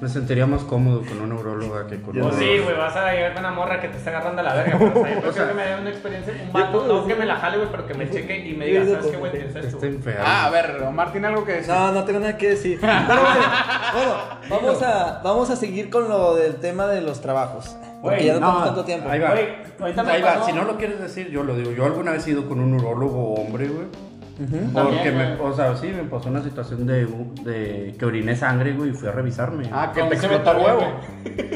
[SPEAKER 4] Me sentiría más cómodo con una uróloga que con
[SPEAKER 5] Pues
[SPEAKER 4] un
[SPEAKER 5] sí,
[SPEAKER 4] urólogo.
[SPEAKER 5] güey, vas a llegar con una morra que te está agarrando a la verga. Pero, o sea, yo creo que me dé una experiencia, un vato, no que me la jale, güey, pero que me cheque y me diga, ¿sabes qué, güey? Tienes esto.
[SPEAKER 4] Está
[SPEAKER 5] güey".
[SPEAKER 4] enfermo.
[SPEAKER 3] Ah, a ver, Omar tiene algo que decir.
[SPEAKER 2] No, no tengo nada que decir. Pero bueno, bueno, vamos a, vamos a seguir con lo del tema de los trabajos. Porque
[SPEAKER 4] Güey,
[SPEAKER 2] ya no,
[SPEAKER 4] no,
[SPEAKER 2] tenemos tanto tiempo.
[SPEAKER 4] Ahí va.
[SPEAKER 5] Güey, ahorita me
[SPEAKER 4] Ahí va,
[SPEAKER 5] pasó-
[SPEAKER 4] Si no lo quieres decir, yo lo digo. Yo alguna vez he ido con un urólogo hombre, güey. Porque
[SPEAKER 5] También,
[SPEAKER 4] me, o sea, sí, me pasó una situación de, de que oriné sangre, güey, y fui a revisarme.
[SPEAKER 3] Ah, que
[SPEAKER 5] Como
[SPEAKER 3] te
[SPEAKER 5] se
[SPEAKER 3] explotó el
[SPEAKER 5] me ocurre,
[SPEAKER 3] huevo.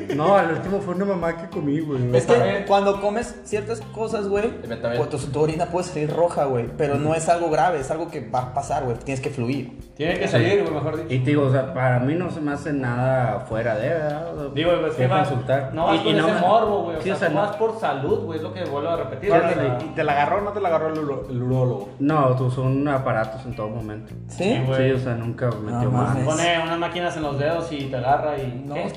[SPEAKER 5] güey.
[SPEAKER 4] No, al último fue una mamá que comí, güey.
[SPEAKER 2] Es que
[SPEAKER 5] Betabel.
[SPEAKER 2] cuando comes ciertas cosas, güey,
[SPEAKER 5] Betabel.
[SPEAKER 2] pues, tu, tu orina puede salir roja, güey. Pero no es algo grave, es algo que va a pasar, güey. Tienes que fluir.
[SPEAKER 5] Tiene que salir, güey, mejor dicho.
[SPEAKER 4] Y te digo, o sea, para mí no se me hace nada fuera de, ¿verdad?
[SPEAKER 5] Digo, güey, es que
[SPEAKER 4] Voy a
[SPEAKER 5] vas,
[SPEAKER 4] consultar.
[SPEAKER 5] no vas
[SPEAKER 4] Y-
[SPEAKER 5] con
[SPEAKER 4] y
[SPEAKER 5] ese
[SPEAKER 4] me-
[SPEAKER 5] morbo, güey, o
[SPEAKER 4] Sí,
[SPEAKER 5] sea, tú
[SPEAKER 4] no-
[SPEAKER 5] vas por salud, güey, es lo que vuelvo a repetir. o sea,
[SPEAKER 3] Oye, ¿Y te la agarró o no te la agarró el, uro- el urólogo?
[SPEAKER 4] No, tú son aparatos en todo momento.
[SPEAKER 2] ¿Sí?
[SPEAKER 5] Sí,
[SPEAKER 4] Sí,
[SPEAKER 5] güey.
[SPEAKER 4] o sea, nunca metió mano.
[SPEAKER 2] No mames.
[SPEAKER 5] Pone unas máquinas en los dedos y te agarra y...
[SPEAKER 2] No.
[SPEAKER 5] ¿Qué?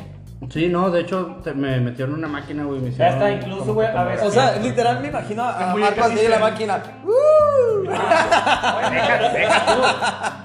[SPEAKER 4] Sí, no, de hecho te- me metieron una máquina, güey, y me
[SPEAKER 5] Ya
[SPEAKER 4] hicieron.
[SPEAKER 5] está, incluso,
[SPEAKER 4] como
[SPEAKER 5] güey,
[SPEAKER 4] que
[SPEAKER 5] a
[SPEAKER 4] tomar-
[SPEAKER 5] veces...
[SPEAKER 2] O sea, literal me imagino a
[SPEAKER 7] Muy
[SPEAKER 2] Marco
[SPEAKER 7] bien,
[SPEAKER 2] así en la
[SPEAKER 7] sí, sí.
[SPEAKER 2] máquina. Uh,
[SPEAKER 5] Deja, deja tú.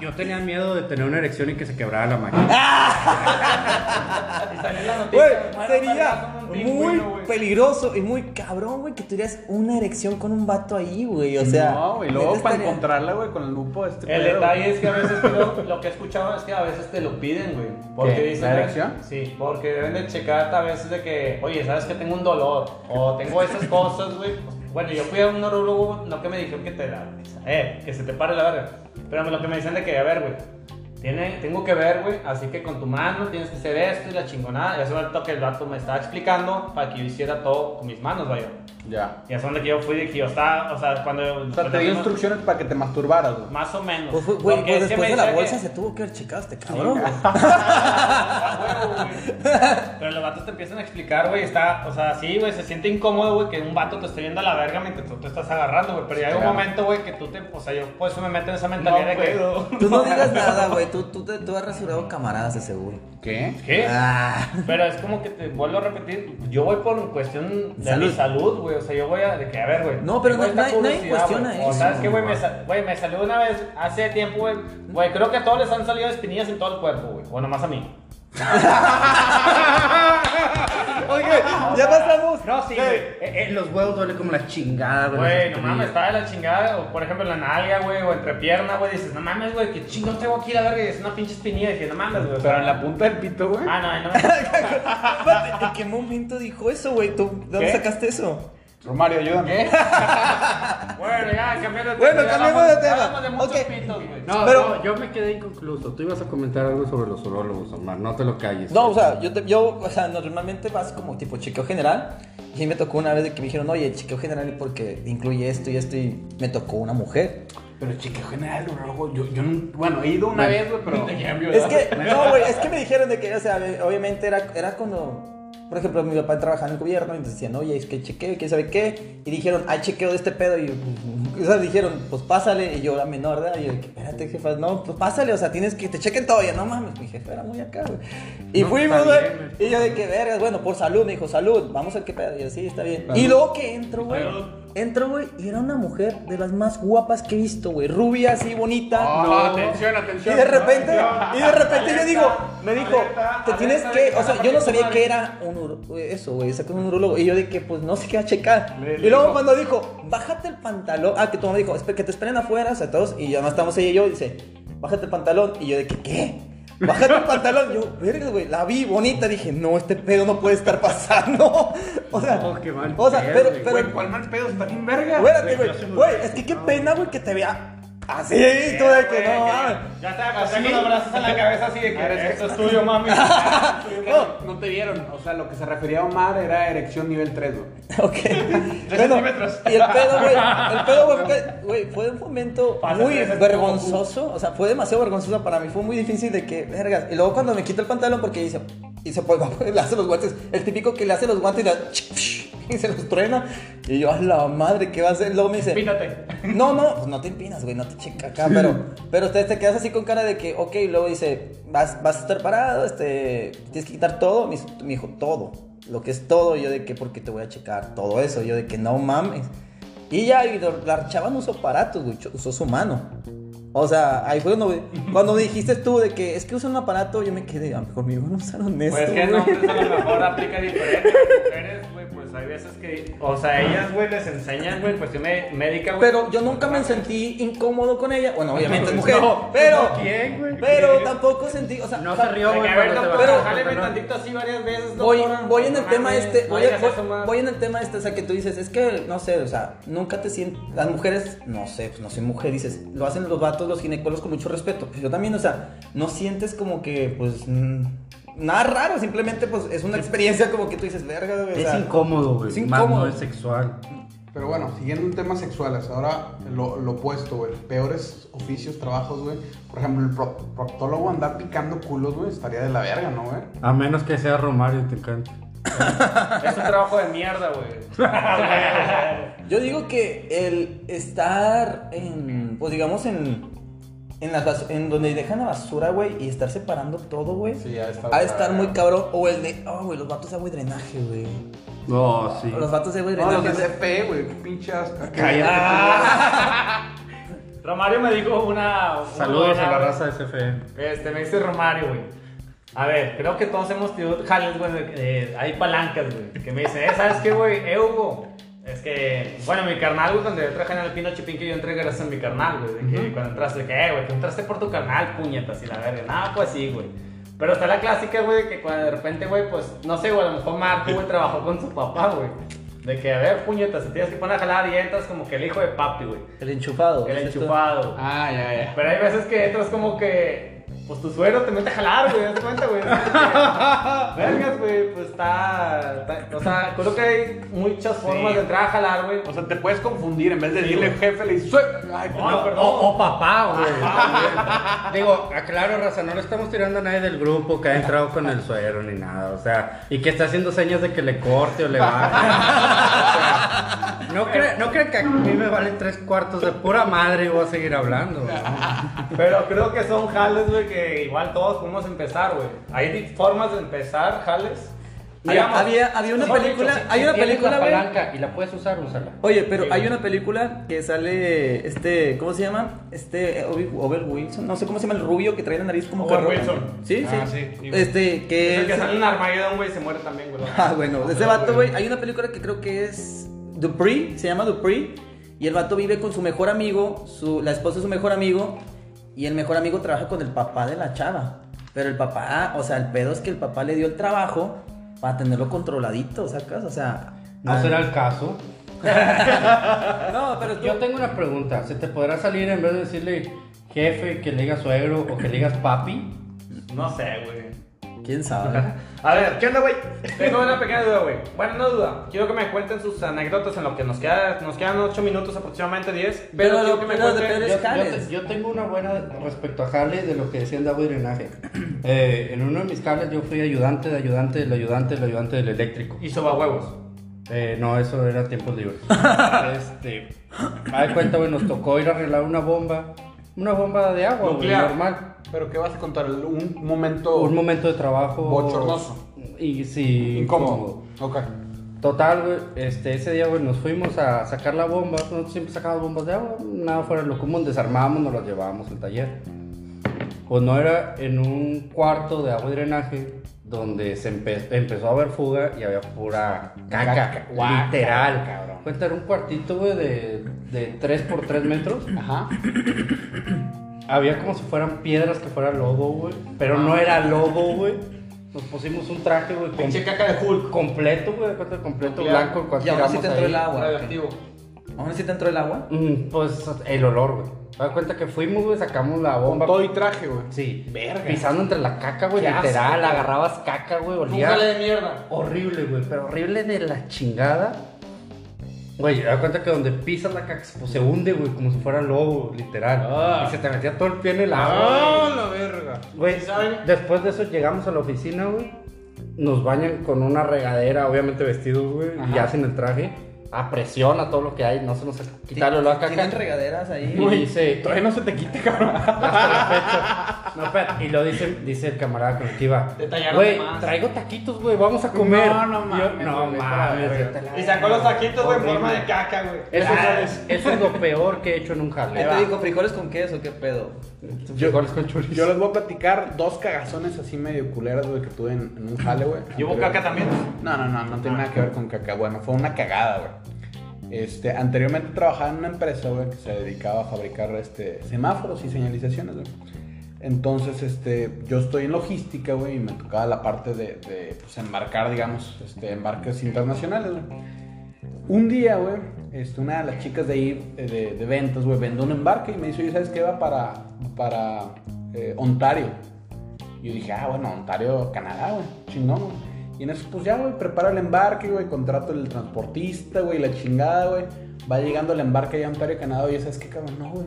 [SPEAKER 4] Yo tenía miedo de tener una erección y que se quebrara la máquina.
[SPEAKER 5] Y salió la noticia,
[SPEAKER 2] Güey,
[SPEAKER 5] muero
[SPEAKER 2] sería
[SPEAKER 5] peleado con un
[SPEAKER 2] muy
[SPEAKER 5] pingüino, güey.
[SPEAKER 2] peligroso y muy cabrón, güey, que tuvieras una erección con un vato ahí, güey. O sea,
[SPEAKER 3] no, güey.
[SPEAKER 2] neta
[SPEAKER 3] Luego para
[SPEAKER 2] estaría-
[SPEAKER 3] encontrarla, güey, con el lupo este.
[SPEAKER 5] El
[SPEAKER 3] pedo,
[SPEAKER 5] detalle
[SPEAKER 3] güey.
[SPEAKER 5] es que a veces creo, lo que he escuchado es que a veces te lo piden, güey. Porque
[SPEAKER 3] ¿Qué?
[SPEAKER 5] dicen,
[SPEAKER 3] ¿La
[SPEAKER 5] güey,
[SPEAKER 3] erección?
[SPEAKER 5] Sí, porque deben de checar a veces de que, oye, sabes que tengo un dolor o tengo esas cosas, güey. Pues, Bueno, yo fui a un neurólogo, no que me dijeron que te la, eh, que se te pare la verga. Pero lo que me dicen de que, a ver, güey, tiene, tengo que ver, güey, así que con tu mano tienes que hacer esto y la chingonada. Y hace un rato que el vato me estaba explicando para que yo hiciera todo con mis manos, vaya.
[SPEAKER 3] Ya.
[SPEAKER 5] Y hace un rato que yo fui de que yo estaba, o sea, cuando...
[SPEAKER 3] O sea, te dio instrucciones para que te masturbaras, güey.
[SPEAKER 5] Más o menos.
[SPEAKER 2] Pues, fue- güey,
[SPEAKER 5] Porque
[SPEAKER 2] pues
[SPEAKER 5] es que
[SPEAKER 2] después de
[SPEAKER 5] me
[SPEAKER 2] la
[SPEAKER 5] decía
[SPEAKER 2] bolsa
[SPEAKER 5] que-
[SPEAKER 2] se tuvo que haber checado este cabrón, güey.
[SPEAKER 5] Ah, huevo, güey. Pero los vatos te empiezan a explicar, güey, está, o sea, sí, güey, se siente incómodo, güey, que un vato te esté viendo a la verga mientras tú te estás agarrando, güey, pero ya hay un
[SPEAKER 3] Claro.
[SPEAKER 5] momento, güey, que tú te, o sea, yo por eso me meto en esa mentalidad de que...
[SPEAKER 2] Tú no digas nada, güey. Tú, tú, te- tú has rasurado camaradas de seguro.
[SPEAKER 3] ¿Qué?
[SPEAKER 5] ¿Qué?
[SPEAKER 2] Ah.
[SPEAKER 5] Pero es como que te vuelvo a repetir, yo voy por cuestión de
[SPEAKER 2] Salud.
[SPEAKER 5] mi salud, güey, o sea, yo voy a, de que, a ver, güey.
[SPEAKER 2] No, pero
[SPEAKER 5] tengo
[SPEAKER 2] no-
[SPEAKER 5] esta
[SPEAKER 2] nadie- nadie
[SPEAKER 5] curiosidad,
[SPEAKER 2] cuestiona
[SPEAKER 5] güey.
[SPEAKER 2] eso,
[SPEAKER 5] O sabes que, güey, me, sa- güey, me salió una vez, hace tiempo, güey, güey, creo que a todos les han salido espinillas en todo el cuerpo, güey, o nomás a mí.
[SPEAKER 2] Oye, ya pasamos.
[SPEAKER 5] No, sí, güey.
[SPEAKER 4] Eh, eh, los huevos duelen como la chingada, güey.
[SPEAKER 5] Güey, no mames, está de la chingada. O por ejemplo, en la nalga, güey, o entre pierna, güey. Dices, no mames, güey, que chingón tengo aquí la verga. y Es una pinche espinilla. Dije, no mames, güey. o sea,
[SPEAKER 3] Pero en la punta del pito, güey.
[SPEAKER 5] Ah, no, ahí no me.
[SPEAKER 2] Espérate, ¿En qué momento dijo eso, güey? ¿Tú de dónde
[SPEAKER 5] ¿Qué?
[SPEAKER 2] sacaste eso?
[SPEAKER 3] Romario, ayúdame.
[SPEAKER 5] Bueno, ya, cambiando de
[SPEAKER 2] Bueno,
[SPEAKER 5] ya
[SPEAKER 2] cambiemos
[SPEAKER 5] hablamos-
[SPEAKER 2] de tema.
[SPEAKER 5] hablamos de muchos
[SPEAKER 2] Ok.
[SPEAKER 5] pitos, güey.
[SPEAKER 4] No,
[SPEAKER 2] Pero-
[SPEAKER 4] no, yo me quedé inconcluso. Tú ibas a comentar algo sobre los urólogos, Omar. No te lo calles.
[SPEAKER 2] No,
[SPEAKER 4] güey.
[SPEAKER 2] o sea, yo, te- yo, o sea, normalmente vas como tipo chequeo general. Y me tocó una vez de que me dijeron, oye, chequeo general y porque incluye esto y esto y me tocó una mujer.
[SPEAKER 3] Pero chequeo general, urólogo. Yo, yo no- Bueno, he ido una
[SPEAKER 4] Bueno.
[SPEAKER 3] vez, güey, pero.
[SPEAKER 2] Es que, no, güey, es que me dijeron de que, o sea, obviamente era, era cuando, por ejemplo, mi papá trabajaba en el gobierno y decían, oye, es que chequeo y quién sabe qué. Y dijeron, hay chequeo de este pedo. Y, o sea, dijeron, pues pásale. Y yo, la menor, ¿verdad? Y yo, de que, espérate, jefa, no, pues pásale, o sea, tienes que te chequen todo. Y yo, no mames, mi jefe era muy acá, güey. Y
[SPEAKER 4] No,
[SPEAKER 2] fuimos,
[SPEAKER 4] está
[SPEAKER 2] güey.
[SPEAKER 4] bien,
[SPEAKER 2] Y yo, de que vergas, bueno, por salud, me dijo, salud, vamos a ver qué pedo. Y yo, sí, está bien. Y luego que entro, güey. Entro, güey, y era una mujer de las más guapas que he visto, güey. Rubia, así, bonita.
[SPEAKER 7] No, atención, atención.
[SPEAKER 2] Y de repente, y de repente yo
[SPEAKER 5] Alerta,
[SPEAKER 2] digo, me dijo,
[SPEAKER 5] alerta,
[SPEAKER 2] te tienes
[SPEAKER 5] alerta de
[SPEAKER 2] que,
[SPEAKER 5] que
[SPEAKER 2] o
[SPEAKER 5] van a
[SPEAKER 2] sea, yo no
[SPEAKER 5] partir
[SPEAKER 2] sabía
[SPEAKER 5] tu
[SPEAKER 2] que
[SPEAKER 5] madre.
[SPEAKER 2] era un uro- eso, güey, sacó un urólogo y yo de que pues no sé qué va a checar. Y luego cuando dijo, "Bájate el pantalón." Ah, que tu mamá dijo, "Espe- "Que te esperen afuera, o sea, todos." Y ya no estamos ella y yo, dice, "Bájate el pantalón." Y yo de que, "¿Qué?" Bájate el pantalón, yo, verga, güey, la vi bonita, dije, no, este pedo no puede estar pasando. O sea,
[SPEAKER 4] No, qué mal
[SPEAKER 2] o sea,
[SPEAKER 4] pedo,
[SPEAKER 2] pero,
[SPEAKER 4] güey.
[SPEAKER 2] pero,
[SPEAKER 3] Güey, ¿cuál mal pedo? Está bien verga.
[SPEAKER 2] Espérate,
[SPEAKER 4] Güey, yo sí
[SPEAKER 2] güey.
[SPEAKER 4] me
[SPEAKER 2] Güey,
[SPEAKER 4] hubiera
[SPEAKER 2] es que qué pena, güey, que te vea Así, tú de que no, mames.
[SPEAKER 5] Ya te acosté con los brazos en la cabeza así de que esto es tuyo, mami.
[SPEAKER 3] No, no te vieron. O sea, lo que se refería a Omar era erección nivel 3, güey.
[SPEAKER 2] Ok. Bueno, y el pedo, güey, el pedo, güey, fue- güey, fue un momento
[SPEAKER 5] Pasa
[SPEAKER 2] muy
[SPEAKER 5] tres veces
[SPEAKER 2] vergonzoso, o sea, fue demasiado vergonzoso para mí, fue muy difícil de que, vergas, y luego cuando me quito el pantalón porque dice, y se pone- le hace los guantes, el típico que le hace los guantes y, le- y se los truena, y yo, a la madre, ¿qué va a hacer? Luego me dice,
[SPEAKER 5] Pínate.
[SPEAKER 2] no, no, pues no te empinas, güey, no te checa acá, pero, pero ustedes te quedas así con cara de que, ok, y luego dice, vas, vas a estar parado, este, tienes que quitar todo, me, dice- me dijo, todo, lo que es todo, y yo de que, porque te voy a checar todo eso, yo de que no mames. Y ya, y lo- la chava no usó aparatos, güey, cho- usó su mano. O sea, ahí fue cuando, cuando me dijiste tú de que es que usan un aparato, yo me quedé, a lo mejor me iban a usar un esto,
[SPEAKER 5] Pues es que en
[SPEAKER 2] güey".
[SPEAKER 5] hombres a lo mejor aplica diferente. Las mujeres, güey, pues hay veces que. O sea, ellas, güey, les enseñan, güey, cuestión mé- médica, güey.
[SPEAKER 2] Pero yo nunca me sentí incómodo con ella. Bueno, obviamente es mujer.
[SPEAKER 4] Pues No,
[SPEAKER 2] pero,
[SPEAKER 4] ¿quién, güey?
[SPEAKER 2] pero
[SPEAKER 4] ¿Quién?
[SPEAKER 2] tampoco sentí. O sea,
[SPEAKER 4] No
[SPEAKER 2] ja-
[SPEAKER 4] se rió,
[SPEAKER 5] Pero,
[SPEAKER 4] güey.
[SPEAKER 5] a ver,
[SPEAKER 4] cuando te
[SPEAKER 5] doctora,
[SPEAKER 4] bajaste el
[SPEAKER 5] jáleme
[SPEAKER 4] pantalón.
[SPEAKER 5] tantito así varias veces,
[SPEAKER 2] Voy,
[SPEAKER 5] doctora.
[SPEAKER 2] voy en
[SPEAKER 5] No
[SPEAKER 2] el tema
[SPEAKER 5] mames,
[SPEAKER 2] este,
[SPEAKER 5] no
[SPEAKER 2] voy,
[SPEAKER 5] digas
[SPEAKER 2] voy-
[SPEAKER 5] eso más.
[SPEAKER 2] voy en el tema este, o sea, que tú dices, es que, no sé, o sea, nunca te sientes, las mujeres, no sé, pues no soy mujer, dices, lo hacen los vatos, los ginecólogos con mucho respeto, pues yo también, o sea, no sientes como que, pues, mm, nada raro, simplemente, pues, es una experiencia como que tú dices, verga, güey, o
[SPEAKER 4] Es
[SPEAKER 2] sea,
[SPEAKER 4] incómodo, güey.
[SPEAKER 2] es
[SPEAKER 4] Más
[SPEAKER 2] incómodo.
[SPEAKER 4] no es sexual.
[SPEAKER 7] Pero bueno, siguiendo en temas sexuales, ahora lo, lo opuesto, güey. Peores oficios, trabajos, güey. Por ejemplo, el pro- proctólogo andar picando culos, güey, estaría de la verga, ¿no, güey?
[SPEAKER 4] A menos que sea Romario y te encante.
[SPEAKER 5] Es un trabajo de mierda, güey.
[SPEAKER 2] Yo digo que el estar en, pues digamos en, en, las bas- en donde dejan la basura, güey, y estar separando todo, güey,
[SPEAKER 3] Sí, ha de estar
[SPEAKER 2] ha de estar muy cabrón. O el de, oh, güey, los vatos de agua y drenaje, güey.
[SPEAKER 4] No, sí.
[SPEAKER 2] Los vatos de agua y
[SPEAKER 7] No, los
[SPEAKER 2] drenaje.
[SPEAKER 7] de CFE, güey. qué Pinchas.
[SPEAKER 3] Ah.
[SPEAKER 5] Romario me dijo una. una
[SPEAKER 4] Saludos
[SPEAKER 5] buena,
[SPEAKER 4] a la
[SPEAKER 5] güey.
[SPEAKER 4] raza de CFE.
[SPEAKER 5] Este, me dice Romario, güey. A ver, creo que todos hemos tenido jales, güey. de- de- hay palancas, güey. Que me dicen, eh, ¿sabes qué, güey? Eh, Hugo. Es que, bueno, mi carnal, güey, cuando yo traje en el Pino Chipín, que yo entré gracias a mi carnal, güey. De que cuando entraste, de que, eh, güey, que entraste por tu carnal, puñetas y la verga. Nada, pues sí, güey. Pero está la clásica, güey, de que cuando de repente, güey, pues, no sé, güey, a lo mejor Marco, güey, trabajó con su papá, güey. De que, a ver, puñetas, te tienes que poner a jalar y entras como que el hijo de papi, güey.
[SPEAKER 2] El enchufado.
[SPEAKER 5] El
[SPEAKER 2] dices tú.
[SPEAKER 5] enchufado. güey.
[SPEAKER 7] Ah, ya, ya.
[SPEAKER 5] Pero hay veces que entras como que. Pues tu suegro te mete a jalar, güey, das cuenta, güey. Vergas, güey, pues está, está- O sea, creo que hay muchas formas de entrar a jalar, güey.
[SPEAKER 3] O sea, te puedes confundir. En vez de
[SPEAKER 5] Sí,
[SPEAKER 3] decirle
[SPEAKER 5] güey.
[SPEAKER 3] jefe, le dices, "Sue-". Ay,
[SPEAKER 5] No,
[SPEAKER 3] no,
[SPEAKER 5] perdón.
[SPEAKER 4] O, o papá, güey. Digo, aclaro, raza, no le estamos tirando a nadie del grupo que ha entrado con el suero ni nada, o sea, y que está haciendo señas de que le corte o le va. no creo no crea que a mí me valen tres cuartos de pura madre y voy a seguir hablando. güey.
[SPEAKER 5] Pero creo que son jales, güey, que igual todos podemos empezar, güey. Hay di- formas de empezar jales.
[SPEAKER 2] Había- había- había una
[SPEAKER 5] mejor
[SPEAKER 2] película-
[SPEAKER 5] dicho,
[SPEAKER 2] Hay una
[SPEAKER 4] Tienes
[SPEAKER 2] película,
[SPEAKER 4] la
[SPEAKER 2] güey.
[SPEAKER 4] palanca y la puedes usar, úsala.
[SPEAKER 2] Oye, pero hay una película que sale, este, ¿cómo se llama? Este, eh, Obi- Owen Wilson, no sé cómo se llama el rubio que trae la nariz como
[SPEAKER 5] Owen
[SPEAKER 2] carro-
[SPEAKER 5] Wilson.
[SPEAKER 2] Sí,
[SPEAKER 7] Ah,
[SPEAKER 2] sí.
[SPEAKER 7] sí, sí, güey.
[SPEAKER 2] Este,
[SPEAKER 5] sí.
[SPEAKER 2] que
[SPEAKER 5] Es el que
[SPEAKER 2] es-
[SPEAKER 5] sale en Armagedón, güey, y se muere también, güey.
[SPEAKER 2] Ah, bueno, de ese vato, güey, hay una película que creo que es Dupree, se llama Dupree, y el vato vive con su mejor amigo, su, la esposa de su mejor amigo, y el mejor amigo trabaja con el papá de la chava. Pero el papá, o sea, el pedo es que el papá le dio el trabajo para tenerlo controladito, ¿sacas? O sea...
[SPEAKER 4] No
[SPEAKER 2] al-
[SPEAKER 4] Ah, será el caso.
[SPEAKER 2] Ah. No, pero tú-
[SPEAKER 4] Yo tengo una pregunta, ¿se te podrá salir en vez de decirle jefe, que le digas suegro o que le digas papi?
[SPEAKER 5] No sé, güey.
[SPEAKER 2] ¿Quién sabe?
[SPEAKER 5] A ver, ¿qué onda, güey? Tengo una pequeña duda, güey. Bueno, no duda. Quiero que me cuenten sus anécdotas en lo que nos queda. Nos quedan 8 minutos, aproximadamente 10. Pero,
[SPEAKER 2] Pero
[SPEAKER 5] quiero
[SPEAKER 2] lo-
[SPEAKER 5] que me
[SPEAKER 2] pero de
[SPEAKER 5] cuenten.
[SPEAKER 2] peores-
[SPEAKER 4] Yo, yo
[SPEAKER 2] cables.
[SPEAKER 4] te- yo tengo una buena respecto a cables de lo que decían de agua y drenaje. Eh, en uno de mis cables yo fui ayudante, de ayudante, del ayudante, del ayudante del eléctrico.
[SPEAKER 5] Y soba huevos.
[SPEAKER 4] Eh, no, eso era tiempos libres. este, a cuenta, güey, nos tocó ir a arreglar una bomba, una bomba de agua, güey,
[SPEAKER 5] Nuclear.
[SPEAKER 4] normal.
[SPEAKER 3] Pero ¿qué vas a contar? Un momento.
[SPEAKER 4] Un momento de trabajo.
[SPEAKER 3] Bochornoso.
[SPEAKER 4] Y sí.
[SPEAKER 3] Incómodo. Ok.
[SPEAKER 4] Total, güey, este, ese día, güey, nos fuimos a sacar la bomba. Nosotros siempre sacábamos bombas de agua, nada fuera de lo común. Desarmábamos, nos las llevábamos al taller. Pues no era en un cuarto de agua y drenaje donde se empe- empezó a haber fuga y había pura caca, literal. Cabrón. Cuenta, era un cuartito, güey, de, de 3 por 3 metros.
[SPEAKER 7] Ajá.
[SPEAKER 4] Había como si fueran piedras que fuera lobo, güey. Pero no era lobo, güey. Nos pusimos un traje, güey. com-
[SPEAKER 5] Pinche caca de Hulk.
[SPEAKER 4] Completo, güey, de cuenta, completo
[SPEAKER 5] Nuclear.
[SPEAKER 4] blanco, el cual
[SPEAKER 2] Y aún así
[SPEAKER 4] tiramos
[SPEAKER 2] te entró
[SPEAKER 4] ahí.
[SPEAKER 2] el agua.
[SPEAKER 5] Radioactivo.
[SPEAKER 2] Aún así te entró el agua.
[SPEAKER 4] Mm, pues el olor, güey. Da cuenta que fuimos, güey, sacamos la bomba.
[SPEAKER 3] Todo y traje, güey.
[SPEAKER 4] Sí.
[SPEAKER 9] Verga.
[SPEAKER 4] Pisando entre la caca, güey,
[SPEAKER 9] Qué asco,
[SPEAKER 4] literal.
[SPEAKER 9] güey.
[SPEAKER 4] agarrabas caca, güey, olía.
[SPEAKER 5] Fújale de mierda.
[SPEAKER 4] Horrible, güey, pero horrible de la chingada. Güey, da cuenta que donde pisas la caca pues, se hunde, güey, como si fuera lobo, literal.
[SPEAKER 5] Ah.
[SPEAKER 4] Y se te metía todo el pie en el agua.
[SPEAKER 5] ¡Ah, la verga!
[SPEAKER 4] Güey,
[SPEAKER 5] ¿Saben?
[SPEAKER 4] después de eso llegamos a la oficina, güey. Nos bañan con una regadera, obviamente vestidos, güey, y ya sin el traje. A presión, a todo lo que hay, no se nos quita el olor a caca.
[SPEAKER 10] Tienen regaderas ahí.
[SPEAKER 4] Y dice,
[SPEAKER 3] Todavía no se te quita, cabrón.
[SPEAKER 4] hasta la fecha. No, espera, y lo dice, dice el camarada con el que iba.
[SPEAKER 5] Detallaron
[SPEAKER 4] Güey,
[SPEAKER 5] más.
[SPEAKER 4] traigo taquitos, güey, vamos a comer.
[SPEAKER 3] No, no
[SPEAKER 4] Y yo,
[SPEAKER 3] mames,
[SPEAKER 4] No
[SPEAKER 3] güey,
[SPEAKER 4] mames.
[SPEAKER 3] vete a la
[SPEAKER 4] vete a la
[SPEAKER 5] Y sacó los taquitos, güey, en
[SPEAKER 4] Horrible.
[SPEAKER 5] forma de caca, güey.
[SPEAKER 4] Eso,
[SPEAKER 5] Ah,
[SPEAKER 4] es, eso es lo peor que he hecho en un
[SPEAKER 10] Ahí
[SPEAKER 4] jale.
[SPEAKER 10] te digo, frijoles con queso, qué pedo.
[SPEAKER 4] Yo, con chorizo.
[SPEAKER 3] Yo les voy a platicar dos cagazones así medio culeras, güey, que tuve en, en un jale, güey.
[SPEAKER 5] ¿Y hubo
[SPEAKER 3] Anterior.
[SPEAKER 5] caca también?
[SPEAKER 3] No, no, no, no tiene nada que ver con caca. Bueno, fue una cagada, güey. Este, anteriormente trabajaba en una empresa, güey, que se dedicaba a fabricar este, semáforos y señalizaciones, güey. Entonces, este, yo estoy en logística, güey, y me tocaba la parte de, de, pues, embarcar, digamos, este, embarques internacionales, güey. Un día, güey, este, una de las chicas de ahí, eh, de, de ventas, güey, vendó un embarque y me dice, oye, ¿sabes qué va para, para eh, Ontario? Y yo dije, ah, bueno, Ontario, Canadá, güey, chingón, güey. Y en eso, pues ya, güey, preparo el embarque, güey, contrato el transportista, güey, la chingada, güey. Va llegando el embarque allá a Ontario, Canadá, oye, ¿sabes qué, cabrón? No, güey.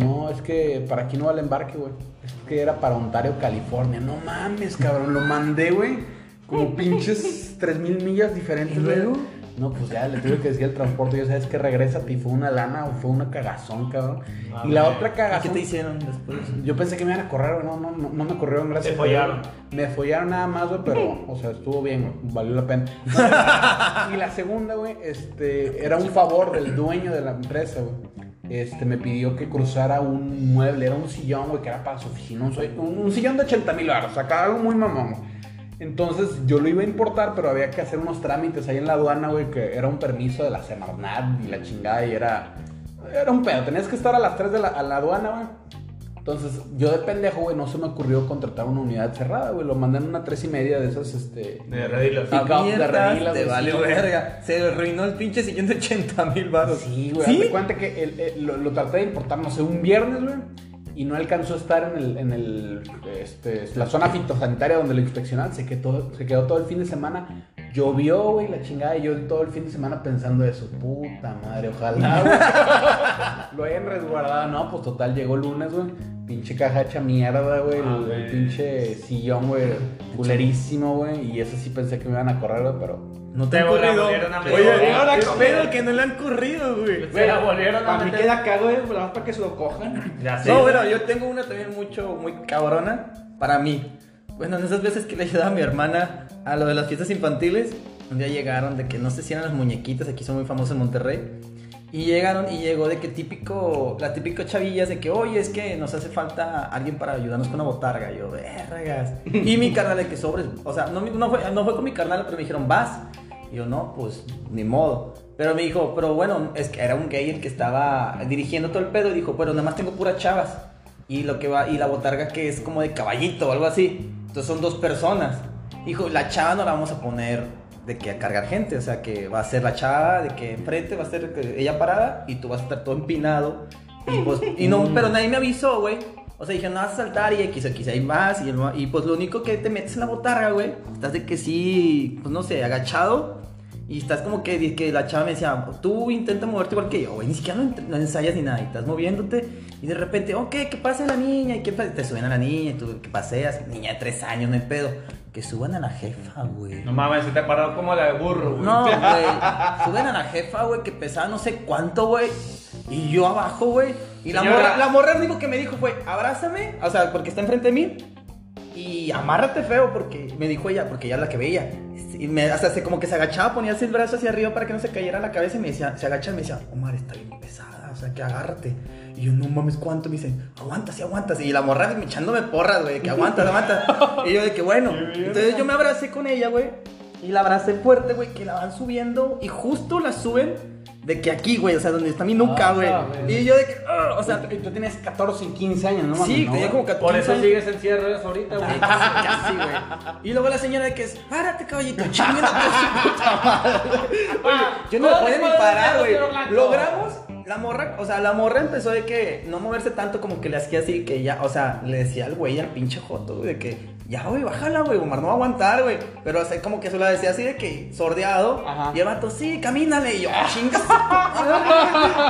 [SPEAKER 3] No, es que para aquí no va el embarque, güey. Es que era para Ontario, California. No mames, cabrón, lo mandé, güey. Como pinches 3000 millas diferentes, güey. No, pues ya le tuve que decir el transporte. Yo sabes que regresa y fue una lana o fue una cagazón, cabrón. y la otra
[SPEAKER 2] ¿Y ¿Qué
[SPEAKER 3] cagazón.
[SPEAKER 2] te hicieron después?
[SPEAKER 3] Yo pensé que me iban a correr, güey. No, no, no, no me corrieron, gracias.
[SPEAKER 5] Te
[SPEAKER 3] a Dios.
[SPEAKER 5] follaron.
[SPEAKER 3] Me follaron nada más, güey, pero, o sea, estuvo bien, güey, Valió la pena. y la segunda, güey, este, era un favor del dueño de la empresa, güey. Este, me pidió que cruzara un mueble, era un sillón, güey, que era para su oficina. Un, un- un sillón de 80 mil baros, acá algo muy mamón, güey. Entonces yo lo iba a importar, pero había que hacer unos trámites ahí en la aduana, güey, que era un permiso de la Semarnat y la chingada, y era. Era un pedo, tenías que estar a las 3 de la, a la aduana, güey. Entonces, yo de pendejo, güey, no se me ocurrió contratar una unidad cerrada, güey. Lo mandé en una tres y media de esas, este.
[SPEAKER 5] De redilos.
[SPEAKER 3] Pick up de
[SPEAKER 2] Abiertas,
[SPEAKER 3] redilas,
[SPEAKER 2] te
[SPEAKER 3] güey,
[SPEAKER 2] valió
[SPEAKER 3] sí, güey.
[SPEAKER 2] verga. Se arruinó el pinche sillón de 80 mil baros.
[SPEAKER 3] Sí, güey.
[SPEAKER 2] ¿Sí?
[SPEAKER 3] Hazte cuenta que el- el- lo, lo traté de importar, no sé, un viernes, güey. Y no alcanzó a estar en, el, en el, este, la zona fitosanitaria donde lo inspeccionaban. Se quedó, se quedó todo el fin de semana. Llovió, güey, la chingada. Y yo todo el fin de semana pensando eso. Puta madre, ojalá, güey, lo hayan resguardado. No, pues total, llegó lunes, güey. Pinche caja hecha mierda, Ah, güey. el- el, pinche sillón, güey. Culerísimo, güey. Y eso sí pensé que me iban a correr, güey, pero
[SPEAKER 2] No te
[SPEAKER 5] Te
[SPEAKER 2] han corrido.
[SPEAKER 5] volvieron a meter.
[SPEAKER 2] Oye,
[SPEAKER 5] Te
[SPEAKER 2] ahora qué
[SPEAKER 5] volvieron a
[SPEAKER 2] pedo
[SPEAKER 5] meter.
[SPEAKER 2] que no le han corrido, güey.
[SPEAKER 5] Se la volvieron a
[SPEAKER 9] Para mí
[SPEAKER 5] meter.
[SPEAKER 9] queda acá, güey, nada más para que se lo cojan.
[SPEAKER 5] Ya sé.
[SPEAKER 2] No, bueno, yo tengo una también mucho, muy cabrona para mí. Bueno, en esas veces que le ayudaba a mi hermana a lo de las fiestas infantiles, un día llegaron de que no sé si eran las muñequitas, aquí son muy famosos en Monterrey. Y llegaron y llegó de que típico, la típica chavillas de que, oye, es que nos hace falta alguien para ayudarnos con una botarga. Y Yo, vergas. Y mi carnal de que sobres, o sea, no, mi- no, fue, no fue con mi carnal, pero me dijeron, vas. Y yo, no, pues ni modo. Pero me dijo, pero bueno, es que era un gay el que estaba dirigiendo todo el pedo. Y dijo, pero nada más tengo puras chavas. Y, lo que va, y la botarga que es como de caballito o algo así. Entonces son dos personas. Dijo, la chava no la vamos a poner de que a cargar gente. O sea, que va a ser la chava, de que enfrente va a ser que ella parada y tú vas a estar todo empinado. Y pues, y no, pero nadie me avisó, güey. O sea, dije, no vas a saltar y X, X, hay más. Y, el- y pues lo único que te metes en la botarga, güey, estás de que sí, pues no sé, agachado. Y estás como que, di- que la chava me decía, tú intenta moverte igual que yo, güey, ni siquiera lo, ent- lo ensayas ni nada, y estás moviéndote, y de repente, ok, que pase la niña, y que pa- te suben a la niña, y tú que paseas, niña de tres años, no hay pedo, que suban a la jefa, güey.
[SPEAKER 5] No mames, se te paró como la de burro, güey.
[SPEAKER 2] No, güey. Suben a la jefa, güey, que pesaba no sé cuánto, güey. Y yo abajo, güey. Y la
[SPEAKER 5] Señora.
[SPEAKER 2] morra, la morra lo único que me dijo fue, abrázame, o sea, porque está enfrente de mí. Y amárrate feo, porque me dijo ella, porque ella es la que veía. Y me, hasta se, como que se agachaba, ponía así el brazo hacia arriba para que no se cayera la cabeza. Y me decía, se agacha y me decía, Omar, está bien pesada, o sea, que agárrate. Y yo, no mames, ¿cuánto? Me dicen, aguántate, aguántate. Y la morra me echándome porras, güey, que aguanta, aguanta. Y yo, de que bueno. Entonces yo me abracé con ella, güey. Y la abracé fuerte, güey, que la van subiendo y justo la suben de que aquí, güey, o sea, donde está mi nuca, güey. y yo de que, ah, o sea,
[SPEAKER 3] Y tú tenías 14, 15 años, ¿no?
[SPEAKER 2] sí,
[SPEAKER 3] mames, no,
[SPEAKER 2] tenía como 14
[SPEAKER 5] Por eso
[SPEAKER 2] años.
[SPEAKER 5] sigues en silla de ruedas ahorita,
[SPEAKER 2] Sí,
[SPEAKER 5] güey.
[SPEAKER 2] Casi, casi, güey. Y luego la señora de que es, párate, caballito, chinguen a tu puta madre. Oye, yo no me
[SPEAKER 5] Corre,
[SPEAKER 2] podía ni
[SPEAKER 5] corre,
[SPEAKER 2] parar,
[SPEAKER 5] corre,
[SPEAKER 2] güey.
[SPEAKER 5] negro blanco.
[SPEAKER 2] Logramos La morra, o sea, la morra empezó de que no moverse tanto como que le hacía así, que ya, o sea, le decía al güey, al pinche Joto, güey, de que ya, güey, bájala, güey, Omar no va a aguantar, güey. Pero así como que se la decía así de que sordeado. Y el vato, sí, camínale. Y yo, "Ah, chingas.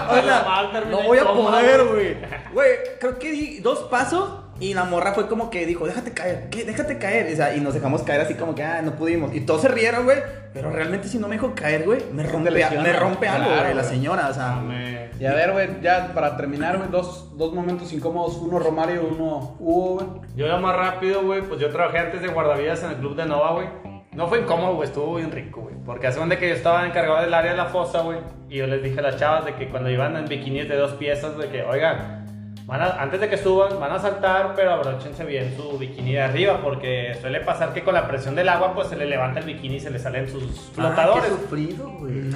[SPEAKER 2] o sea, no voy a poder, güey. Güey, creo que di dos pasos. Y la morra fue como que dijo, déjate caer, ¿qué? déjate caer. O sea, y nos dejamos caer así como que, ah, no pudimos. Y todos se rieron, güey. Pero realmente si no me dejó caer, güey, me rompe, me rompe algo,
[SPEAKER 3] Claro,
[SPEAKER 2] güey, la
[SPEAKER 3] güey.
[SPEAKER 2] señora. O
[SPEAKER 5] Ah,
[SPEAKER 2] sea,
[SPEAKER 3] Y a ver, güey, ya para terminar, güey, dos, dos momentos incómodos. Uno Romario, uno Hugo, güey.
[SPEAKER 5] Yo era más rápido, güey. Pues yo trabajé antes de guardavidas en el club de Nova, güey. No fue incómodo, güey. Estuvo bien rico, güey. Porque hace donde que yo estaba encargado del área de la fosa, güey. Y yo les dije a las chavas de que cuando iban en bikinis de dos piezas, de que, oigan, van a- antes de que suban, van a saltar, pero abróchense bien su bikini de arriba. Porque suele pasar que con la presión del agua, pues se le levanta el bikini y se le salen sus flotadores.
[SPEAKER 2] Ah, sufrido, güey.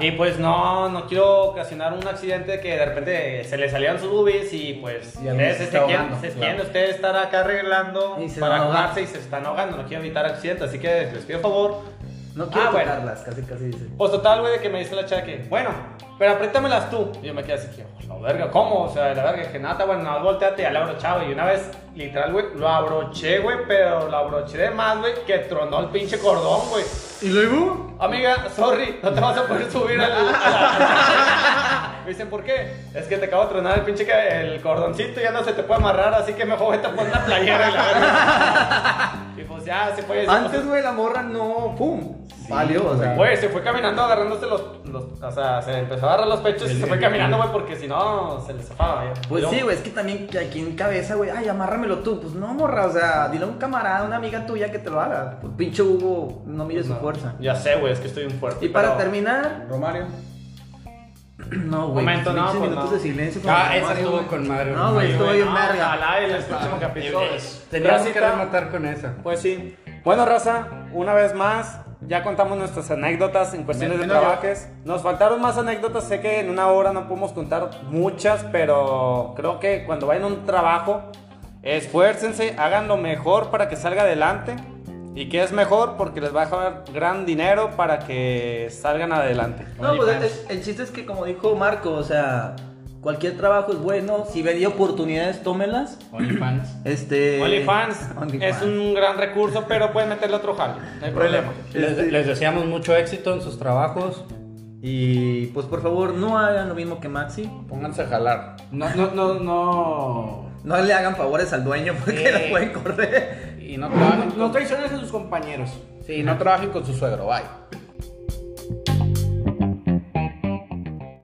[SPEAKER 5] Y pues no, no quiero ocasionar un accidente que de repente se le salieron sus boobies y pues
[SPEAKER 3] Y algunos
[SPEAKER 5] ustedes se,
[SPEAKER 3] se está
[SPEAKER 5] quieren,
[SPEAKER 3] ahogando,
[SPEAKER 5] se
[SPEAKER 3] claro.
[SPEAKER 5] quieren ustedes estar acá arreglando
[SPEAKER 11] Y se
[SPEAKER 5] para
[SPEAKER 11] van a ahogar.
[SPEAKER 5] ahogarse y se están ahogando, no quiero evitar accidentes, así que les pido favor.
[SPEAKER 11] No quiero
[SPEAKER 5] Ah, bueno.
[SPEAKER 11] tocarlas, casi casi dice.
[SPEAKER 5] Pues total, güey, de que me dice la chava que, bueno, pero apriétamelas tú. Y yo me quedé así que, "Oh, la verga, ¿cómo? O sea, la verga, que nada, bueno, nada, más volteate y ya le abrochaba. Y una vez, literal, güey, lo abroché, güey, pero lo abroché de más, güey, que tronó el pinche cordón, güey.
[SPEAKER 4] ¿Y luego?
[SPEAKER 5] Amiga, sorry, no te vas a poder subir al. a la- Me dicen, ¿por qué? Es que te acabo de tronar el pinche que- el cordoncito, ya no se te puede amarrar, así que mejor vete a poner la playera y la verga". Y pues ya se fue. se-
[SPEAKER 2] Antes, güey, la morra no, pum, valió, o sea.
[SPEAKER 5] Güey, se fue caminando agarrándose los, los- O sea, se empezó a agarrar los pechos y se fue caminando, güey, porque si no, se le zafaba. ya.
[SPEAKER 2] Pues
[SPEAKER 5] Y
[SPEAKER 2] sí,
[SPEAKER 5] luego-
[SPEAKER 2] güey, es que también que aquí en cabeza, güey, ay, amárramelo tú. Pues no, morra, o sea, dile a un camarada, una amiga tuya que te lo haga. Pues, pinche Hugo, no mire su fuerza.
[SPEAKER 5] Ya sé, güey, es que estoy un fuerte.
[SPEAKER 2] Y para
[SPEAKER 5] Pues pero-
[SPEAKER 2] terminar,
[SPEAKER 3] Romario.
[SPEAKER 2] no, güey.
[SPEAKER 5] Momento, no,
[SPEAKER 2] pinches
[SPEAKER 5] pues,
[SPEAKER 2] minutos
[SPEAKER 5] no.
[SPEAKER 2] de silencio.
[SPEAKER 4] Ah,
[SPEAKER 2] para
[SPEAKER 4] esa
[SPEAKER 2] Mario,
[SPEAKER 4] estuvo
[SPEAKER 2] güey.
[SPEAKER 4] con madre.
[SPEAKER 2] No, güey, estuvo bien
[SPEAKER 5] No,
[SPEAKER 2] verga.
[SPEAKER 5] ojalá en Ah, el próximo capítulo.
[SPEAKER 4] Teníamos que
[SPEAKER 5] Racita,
[SPEAKER 4] rematar con esa.
[SPEAKER 5] Pues sí. Bueno, raza, una vez más, ya contamos nuestras anécdotas en cuestiones de trabajes. Nos faltaron más anécdotas, sé que en una hora no podemos contar muchas, pero creo que cuando vayan a un trabajo, esfuércense, hagan lo mejor para que salga adelante. ¿Y que es mejor? Porque les va a dejar gran dinero para que salgan adelante.
[SPEAKER 11] No, pues
[SPEAKER 5] OnlyFans.
[SPEAKER 11] el, el chiste es que como dijo Marco, o sea, cualquier trabajo es bueno, si veis oportunidades, tómelas.
[SPEAKER 12] OnlyFans.
[SPEAKER 11] Este
[SPEAKER 5] OnlyFans es
[SPEAKER 11] OnlyFans.
[SPEAKER 5] un gran recurso, pero pueden meterle otro jale, no hay problema.
[SPEAKER 4] Les, les deseamos mucho éxito en sus trabajos.
[SPEAKER 11] y pues por favor, no hagan lo mismo que Maxi.
[SPEAKER 3] Pónganse a jalar.
[SPEAKER 12] No, no, no, no.
[SPEAKER 11] No le hagan favores al dueño porque
[SPEAKER 12] Eh.
[SPEAKER 11] lo pueden correr.
[SPEAKER 3] Y no
[SPEAKER 12] No,
[SPEAKER 3] trabajen,
[SPEAKER 12] no traiciones a tus compañeros.
[SPEAKER 3] sí, no trabajen con su suegro, bye.